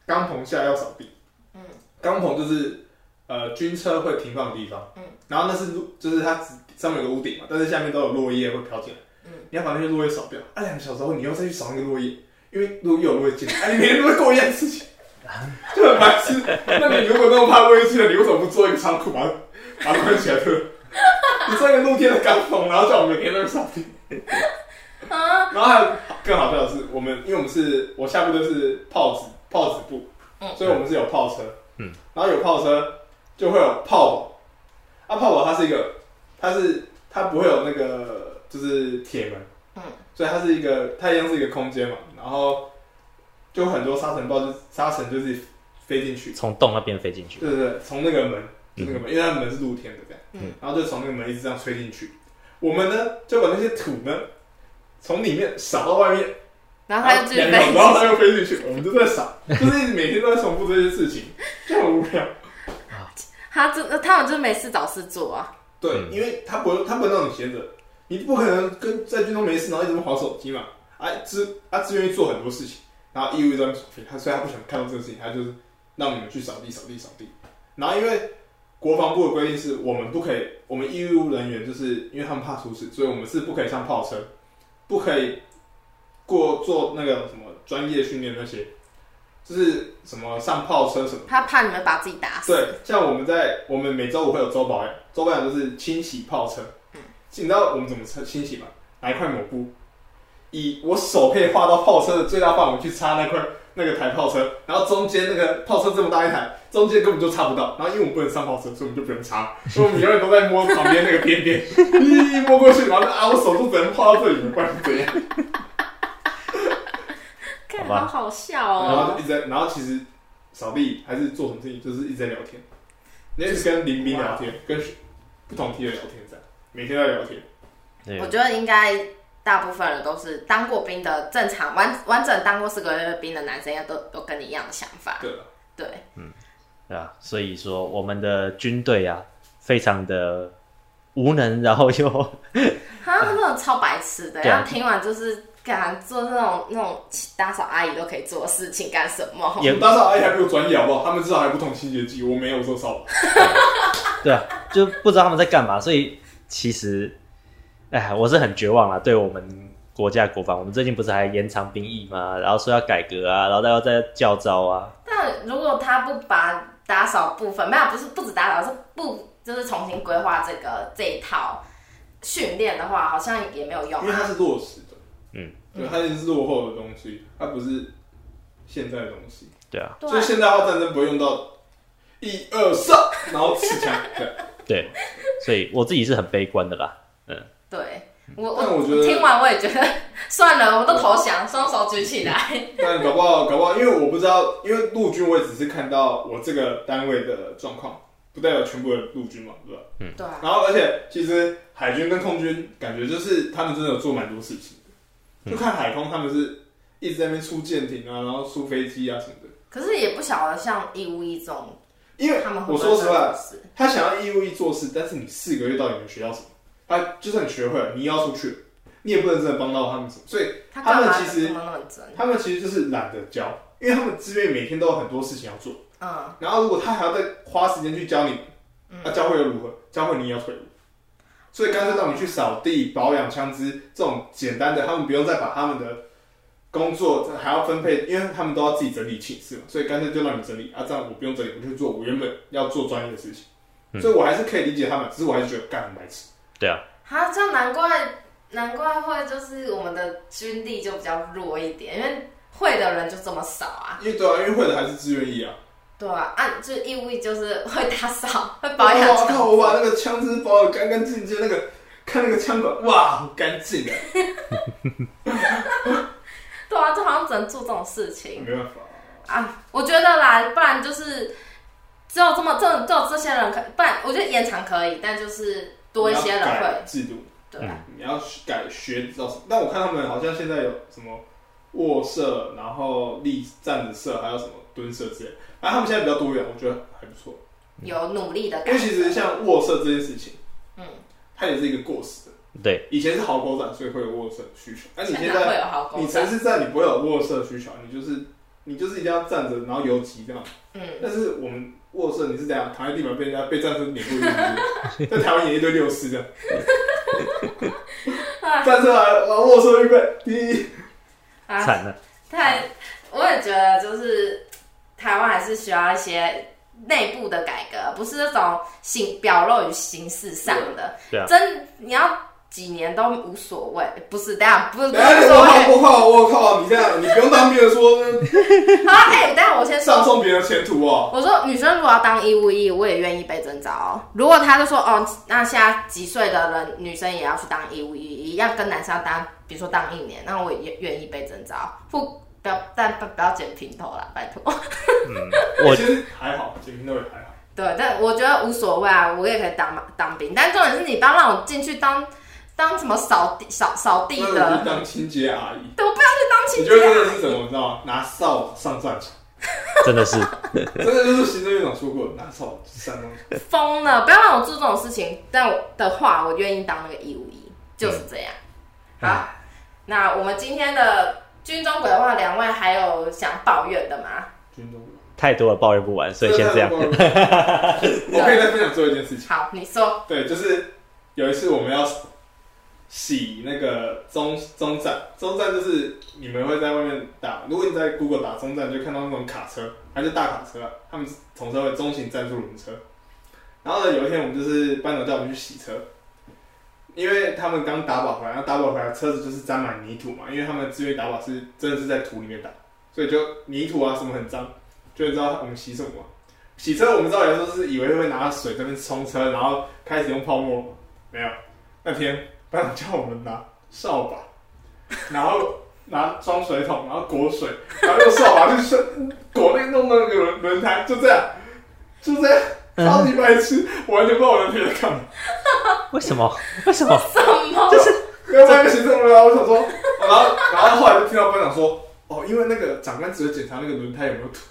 Speaker 2: 钢棚下要扫地，
Speaker 1: 嗯，
Speaker 2: 钢棚就是呃军车会停放的地方，
Speaker 1: 嗯，
Speaker 2: 然后那是路，就是它只上面有个屋顶嘛，但是下面都有落叶会飘进来，
Speaker 1: 嗯，
Speaker 2: 你要把那些落叶扫掉，啊，两个小时后你又再去扫那个落叶，因为如果又有落叶进来，啊，你每天都会过一样的事情，就很白痴。那你如果那么怕落叶进来，你为什么不做一个仓库把它把它关起来？ 对吧你做一个露天的钢棚，然后叫我们每天都去扫地。
Speaker 1: 啊，
Speaker 2: 然后还有更好笑的是，我们因为我们是我下部队是炮子炮子部，
Speaker 1: 嗯
Speaker 2: 所以我们是有炮车，
Speaker 3: 嗯，
Speaker 2: 然后有炮车就会有炮堡，啊，炮堡它是一个，它是它不会有那个就是铁门，
Speaker 1: 嗯，
Speaker 2: 所以它是一个它一样是一个空间嘛，然后就很多沙尘暴就沙尘就自己飞进去，
Speaker 3: 从洞那边飞进去，
Speaker 2: 对对对，从那个门，就那个门，因为它门是露天的这样，
Speaker 1: 嗯
Speaker 2: 然后就从那个门一直这样吹进去。我们呢，就把那些土呢，从里面扫到外面，
Speaker 1: 然
Speaker 2: 然
Speaker 1: 后他就继续
Speaker 2: 两
Speaker 1: 飞
Speaker 2: 个小时然后它又飞进去，我们就在扫，就是每天都在重复这些事情，就很无聊。
Speaker 1: 他这他们就是没事找事做啊，
Speaker 2: 对，因为他不他不能让你闲着，你不可能跟在军中没事，然后一直划手机嘛。哎、自他自愿意做很多事情，然后义务一张手机，他所以他不想看到这个事情，他就是让你们去扫地、扫地、扫地。然后因为国防部的规定是我们不可以，我们义务人员就是因为他们怕出事，所以我们是不可以上炮车，不可以过做那个什么专业训练那些，就是什么上炮车什么。
Speaker 1: 他怕你们把自己打死。
Speaker 2: 对，像我们在我们每周五会有周保养，周保养就是清洗泡车。你知道我们怎么清洗吗？拿一块抹布，以我手可以画到泡车的最大范围去擦那块那个台泡车，然后中间那个泡车这么大一台，中间根本就擦不到。然后因为我们不能上泡车，所以我们就不用擦，所以我们永远都在摸旁边那个边边， 一摸过去，然后就啊，我手就只能泡到这里，不然怎样？
Speaker 1: 看，
Speaker 3: 好吧
Speaker 1: 好好笑
Speaker 2: 然后
Speaker 1: 哦
Speaker 2: 就。一直在，然后其实扫地还是做什么事情，就是一直在聊天，你一直跟林斌聊天，跟不同梯的聊天这样，每天在聊天。
Speaker 3: 对
Speaker 1: 我，觉得应该大部分人都是当过兵的，正常完完整当过四个月兵的男生，应该都都跟你一样的想法。
Speaker 2: 对啊了，
Speaker 1: 对，
Speaker 3: 对啊，所以说我们的军队啊，非常的无能，然后又
Speaker 1: 他们真的超白痴的，
Speaker 3: 对啊
Speaker 1: 然后听完就是敢做那种那种打扫阿姨都可以做的事情，干什么？
Speaker 3: 也
Speaker 2: 我们大嫂阿姨还比我专业好不好？他们至少还不同清洁剂，我没有做扫把。
Speaker 3: 对啊，就不知道他们在干嘛。所以其实，哎，我是很绝望啊，对我们国家国防，我们最近不是还延长兵役吗？然后说要改革啊，然后要再教招啊，
Speaker 1: 但如果他不把打扫部分，没有不是不止打扫，是不就是重新规划这个这一套训练的话，好像也没有用
Speaker 2: 因为它
Speaker 1: 啊。
Speaker 2: 是落实的，
Speaker 3: 嗯，
Speaker 2: 对，它也是落后的东西，它不是现在的东西。
Speaker 3: 对啊，
Speaker 1: 对
Speaker 2: 所以
Speaker 1: 啊，
Speaker 2: 现代化战争不会用到一二三，然后 刺枪。对，
Speaker 3: 对，所以我自己是很悲观的啦。
Speaker 1: 对我
Speaker 2: 但我
Speaker 1: 我
Speaker 2: 觉得
Speaker 1: 听完我也觉得算了，我都投降，双手举起来。
Speaker 2: 但搞不好，搞不好，因为我不知道，因为陆军我也只是看到我这个单位的状况，不代表全部的陆军嘛，对吧？
Speaker 1: 对啊，
Speaker 2: 然后，而且其实海军跟空军感觉就是他们真的有做蛮多事情的，就看海空他们是一直在那边出舰艇啊，然后出飞机啊什么的。
Speaker 1: 可是也不晓得像义乌一中，
Speaker 2: 因为
Speaker 1: 他们会
Speaker 2: 我
Speaker 1: 不会
Speaker 2: 说实话
Speaker 1: 做，事
Speaker 2: 他想要义务役做事，但是你四个月到底能学到什么？他就算你学会了，你要出去了，你也不能真的帮到他们什么，所以
Speaker 1: 他
Speaker 2: 他
Speaker 1: 干
Speaker 2: 们
Speaker 1: 嘛
Speaker 2: 其实
Speaker 1: 那么认真？
Speaker 2: 他们其实就是懒得教，因为他们自愿每天都有很多事情要做。
Speaker 1: 嗯。
Speaker 2: 然后如果他还要再花时间去教你，那、教会又如何？教会你也要退伍，所以干脆让你去扫地、保养枪支这种简单的，他们不用再把他们的工作还要分配，因为他们都要自己整理寝室嘛，所以干脆就让你整理啊，这样我不用整理，我就做我原本要做专业的事情，所以我还是可以理解他们，只是我还是觉得干很白痴。
Speaker 3: 对啊，
Speaker 1: 他这样难怪难怪会就是我们的军力就比较弱一点，因为会的人就这么少啊。
Speaker 2: 因为对啊，因为会的还是自愿意啊。
Speaker 1: 对啊，啊，就义务役就是会打扫，会保养
Speaker 2: 哇
Speaker 1: 枪
Speaker 2: 哦靠！我把那个枪支保的干干净净，那个看那个枪管，哇，好干净啊的，
Speaker 1: 对啊，就好像只能做这种事情
Speaker 2: 没办法。
Speaker 1: 啊。我觉得啦，不然就是只有这么这只有这些人可，不然我觉得延长可以，但就是多一些人
Speaker 2: 你要改
Speaker 1: 会，
Speaker 2: 制度，
Speaker 1: 对啊，
Speaker 2: 你要改学到什么？但我看他们好像现在有什么卧射，然后立站着射，还有什么蹲射之类的。然后他们现在比较多元，我觉得还不错。
Speaker 1: 有努力的
Speaker 2: 嗯因
Speaker 1: 感
Speaker 2: 为
Speaker 1: 觉。
Speaker 2: 其实像卧射这件事情，
Speaker 1: 嗯，
Speaker 2: 它也是一个过时的。
Speaker 3: 对，
Speaker 2: 以前是壕沟战，所以会有卧射需求。那你现
Speaker 1: 现在会
Speaker 2: 在
Speaker 1: 有好工
Speaker 2: 你
Speaker 1: 作
Speaker 2: 城，市战，你不会有卧射需求，你就是你就是一定要站着，然后游击这样。
Speaker 1: 嗯，
Speaker 2: 但是我们卧射，你是怎样躺在地板被人家被战车碾过去是 不是，在台湾演一堆六四这样。啊战车来了，握手预备，第一。
Speaker 1: 啊，
Speaker 3: 惨了，
Speaker 1: 太，我也觉得就是台湾还是需要一些内部的改革，不是那种形表露于形式上的。
Speaker 3: 对啊
Speaker 1: 真你要几年都无所谓，不是这样，不是不
Speaker 2: 来，
Speaker 1: 是无所
Speaker 2: 我
Speaker 1: 谓。
Speaker 2: 靠，我靠，我靠！你这样，你不用当兵的 说
Speaker 1: 好，哎、等一下我先
Speaker 2: 上
Speaker 1: 说。
Speaker 2: 送别人的前途哦。
Speaker 1: 我说，女生如果要当义务役，我也愿意被征召哦、如果他就说，哦，那现在几岁的人，女生也要去当义务役，一样跟男生要当，比如说当一年，那我也愿意被征召。不，不要，但不不要剪平头啦，拜托。
Speaker 3: 我
Speaker 2: 其实还好，警民都也还好。
Speaker 1: 对，但我觉得无所谓啊，我也可以当当兵。但重点是你不要让我进去当当什么扫地扫扫地
Speaker 2: 那
Speaker 1: 的，
Speaker 2: 你就当清洁阿姨，
Speaker 1: 对，我不要去当
Speaker 2: 嗯你
Speaker 1: 清
Speaker 2: 觉得
Speaker 1: 洁
Speaker 2: 这
Speaker 1: 啊。
Speaker 2: 个是什么？你知道吗？拿扫帚上战场。
Speaker 3: 真的是
Speaker 2: 真的就是行政院长说过，拿扫三东西。
Speaker 1: 疯了！不要让我做这种事情。但我的话，我愿意当那个义务役，就是这样。
Speaker 2: 嗯
Speaker 1: 好，那我们今天的军中鬼话，两位还有想抱怨的吗？
Speaker 2: 军中，
Speaker 3: 太多了，抱怨不完，所以先这 样。
Speaker 2: 我可以再分享最后一件事情，
Speaker 1: 好，你说。
Speaker 2: 哦对，就是有一次我们要洗那个中中站，中站就是你们会在外面打，如果你在 Google 打中站，就看到那种卡车，它就大卡车啊，他们统称为中型战术轮车。然后呢，有一天我们就是班长叫我们去洗车，因为他们刚打靶回来，然后打靶回来车子就是沾满泥土嘛，因为他们自愿打靶是真的是在土里面打，所以就泥土啊什么很脏，就你知道我们洗什么吗？洗车我们知道有时候是以为会拿水这边冲车，然后开始用泡沫，没有。那天班长叫我们拿扫把，然后拿装水桶，然后裹水，然后用扫把去裹那弄那个轮轮胎，就这样，就这样，超级白痴，我完全不知道我的天在干嘛。
Speaker 3: 为什么？为什么？
Speaker 1: 什么？就是
Speaker 2: 跟外面行政人员，我想说，然后然后后来就听到班长说，哦，因为那个长官只会检查那个轮胎有没有土，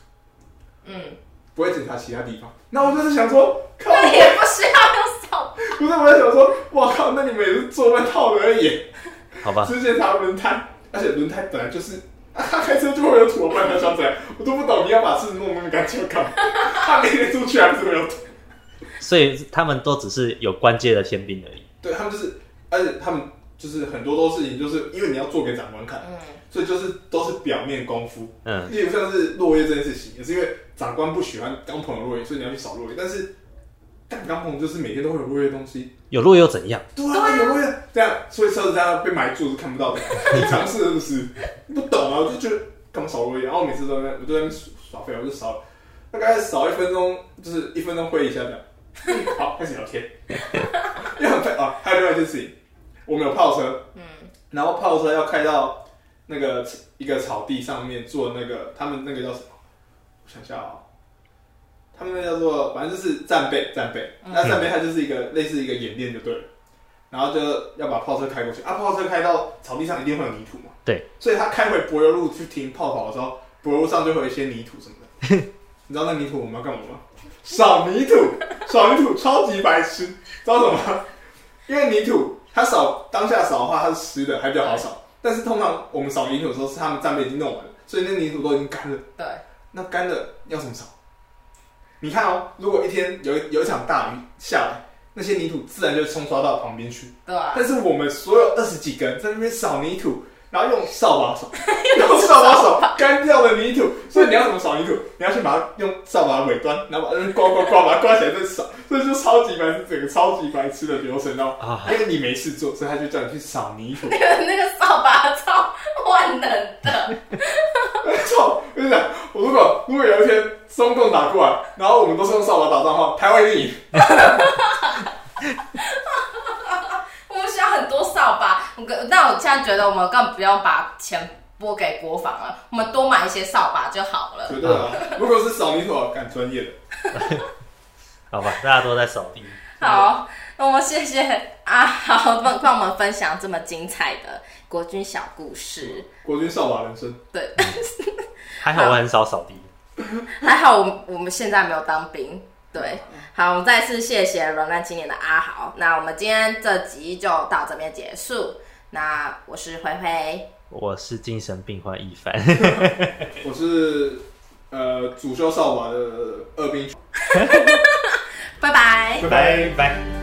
Speaker 1: 嗯，
Speaker 2: 不会检查其他地方。那我就是想说，靠，
Speaker 1: 那也不需要用手。
Speaker 2: 不是，我在想说，哇靠，那你们也是做那套的而已，
Speaker 3: 好吧，
Speaker 2: 只检查轮胎，而且轮胎本来就是， 啊、他开车就会有土，不然他想怎样？我都不懂，你要把事弄那么干净干嘛？ 他每天出去还是没有土，
Speaker 3: 所以他们都只是有关阶的天兵而已。
Speaker 2: 对他们就是，而且他们就是很多多事情，就是因为你要做给长官看，
Speaker 1: 嗯，
Speaker 2: 所以就是都是表面功夫。
Speaker 3: 嗯，
Speaker 2: 例如像是落叶这件事情，也是因为长官不喜欢钢棚的落叶，所以你要去扫落叶，但是。干钢棚就是每天都会有落叶的东西，
Speaker 3: 有落又怎样？
Speaker 2: 对啊，有没有这样？所以车子这样被埋住是看不 到的。你尝试是不是？不懂啊，我就觉得干嘛少落一点，然后我每次都在那，我就在那边耍废，我就少大概少一分钟，就是一分钟会一 下这样。好，开始聊天。因为很快啊，还有另外一件事情，我们有炮车，嗯，然后炮车要开到那个一个草地上面做那个他们那个叫什么？我想一下啊、他们那叫做反正就是战备，战备。那战备它就是一个类似一个演练就对了，然后就要把炮车开过去啊，炮车开到草地上一定会有泥土嘛，
Speaker 3: 对，
Speaker 2: 所以他开回柏油路去停炮跑的时候，柏油路上就会有一些泥土什么的， 你知道那泥土我们要干嘛吗？扫泥土，扫泥土超级白痴，知道什么吗？因为泥土它扫当下扫的话它是湿的，还比较好扫，但是通常我们扫泥土的时候是他们战备已经弄完了，所以那泥土都已经干了。
Speaker 1: 对，
Speaker 2: 那干的要怎么扫？你看哦，如果一天有有一场大雨下来，那些泥土自然就冲刷到旁边去。
Speaker 1: 对 啊，
Speaker 2: 但是我们所有二十几个人在那边扫泥土，然后用扫把 扫，用扫把扫干掉的泥土。所以你要怎么扫泥土？你要先把它用扫把的尾端，然后把它刮刮刮，把它刮起来再扫。所以就超级白痴，整个超级白痴的流程哦。
Speaker 3: 啊
Speaker 2: 因为你没事做，所以他就叫你去扫泥 土。
Speaker 1: 那个那个扫把超万能的，
Speaker 2: 操！我跟你讲，我如果如果有一天中共打过来，然后我们都是用扫把打仗的话，台湾一定赢。
Speaker 1: 我们需要很多扫把。我跟但我现在觉得我们更不用把钱拨给国防了，我们多买一些扫把就好了。
Speaker 2: 绝对啊！如果是扫泥土，干专业的。
Speaker 3: 好吧，大家都在扫地。
Speaker 1: 好，那我们谢谢阿豪帮帮我们分享这么精彩的国军小故事。
Speaker 2: 国军扫把人生，
Speaker 1: 对，
Speaker 3: 还好我很少扫地。
Speaker 1: 还好我们我们现在没有当兵。对，好，我们再次谢谢软烂青年的阿豪。那我们今天这集就到这边结束。那我是灰灰，
Speaker 3: 我是精神病患一凡，
Speaker 2: 我是呃主修扫把的二兵。
Speaker 1: 拜拜。
Speaker 3: 拜拜。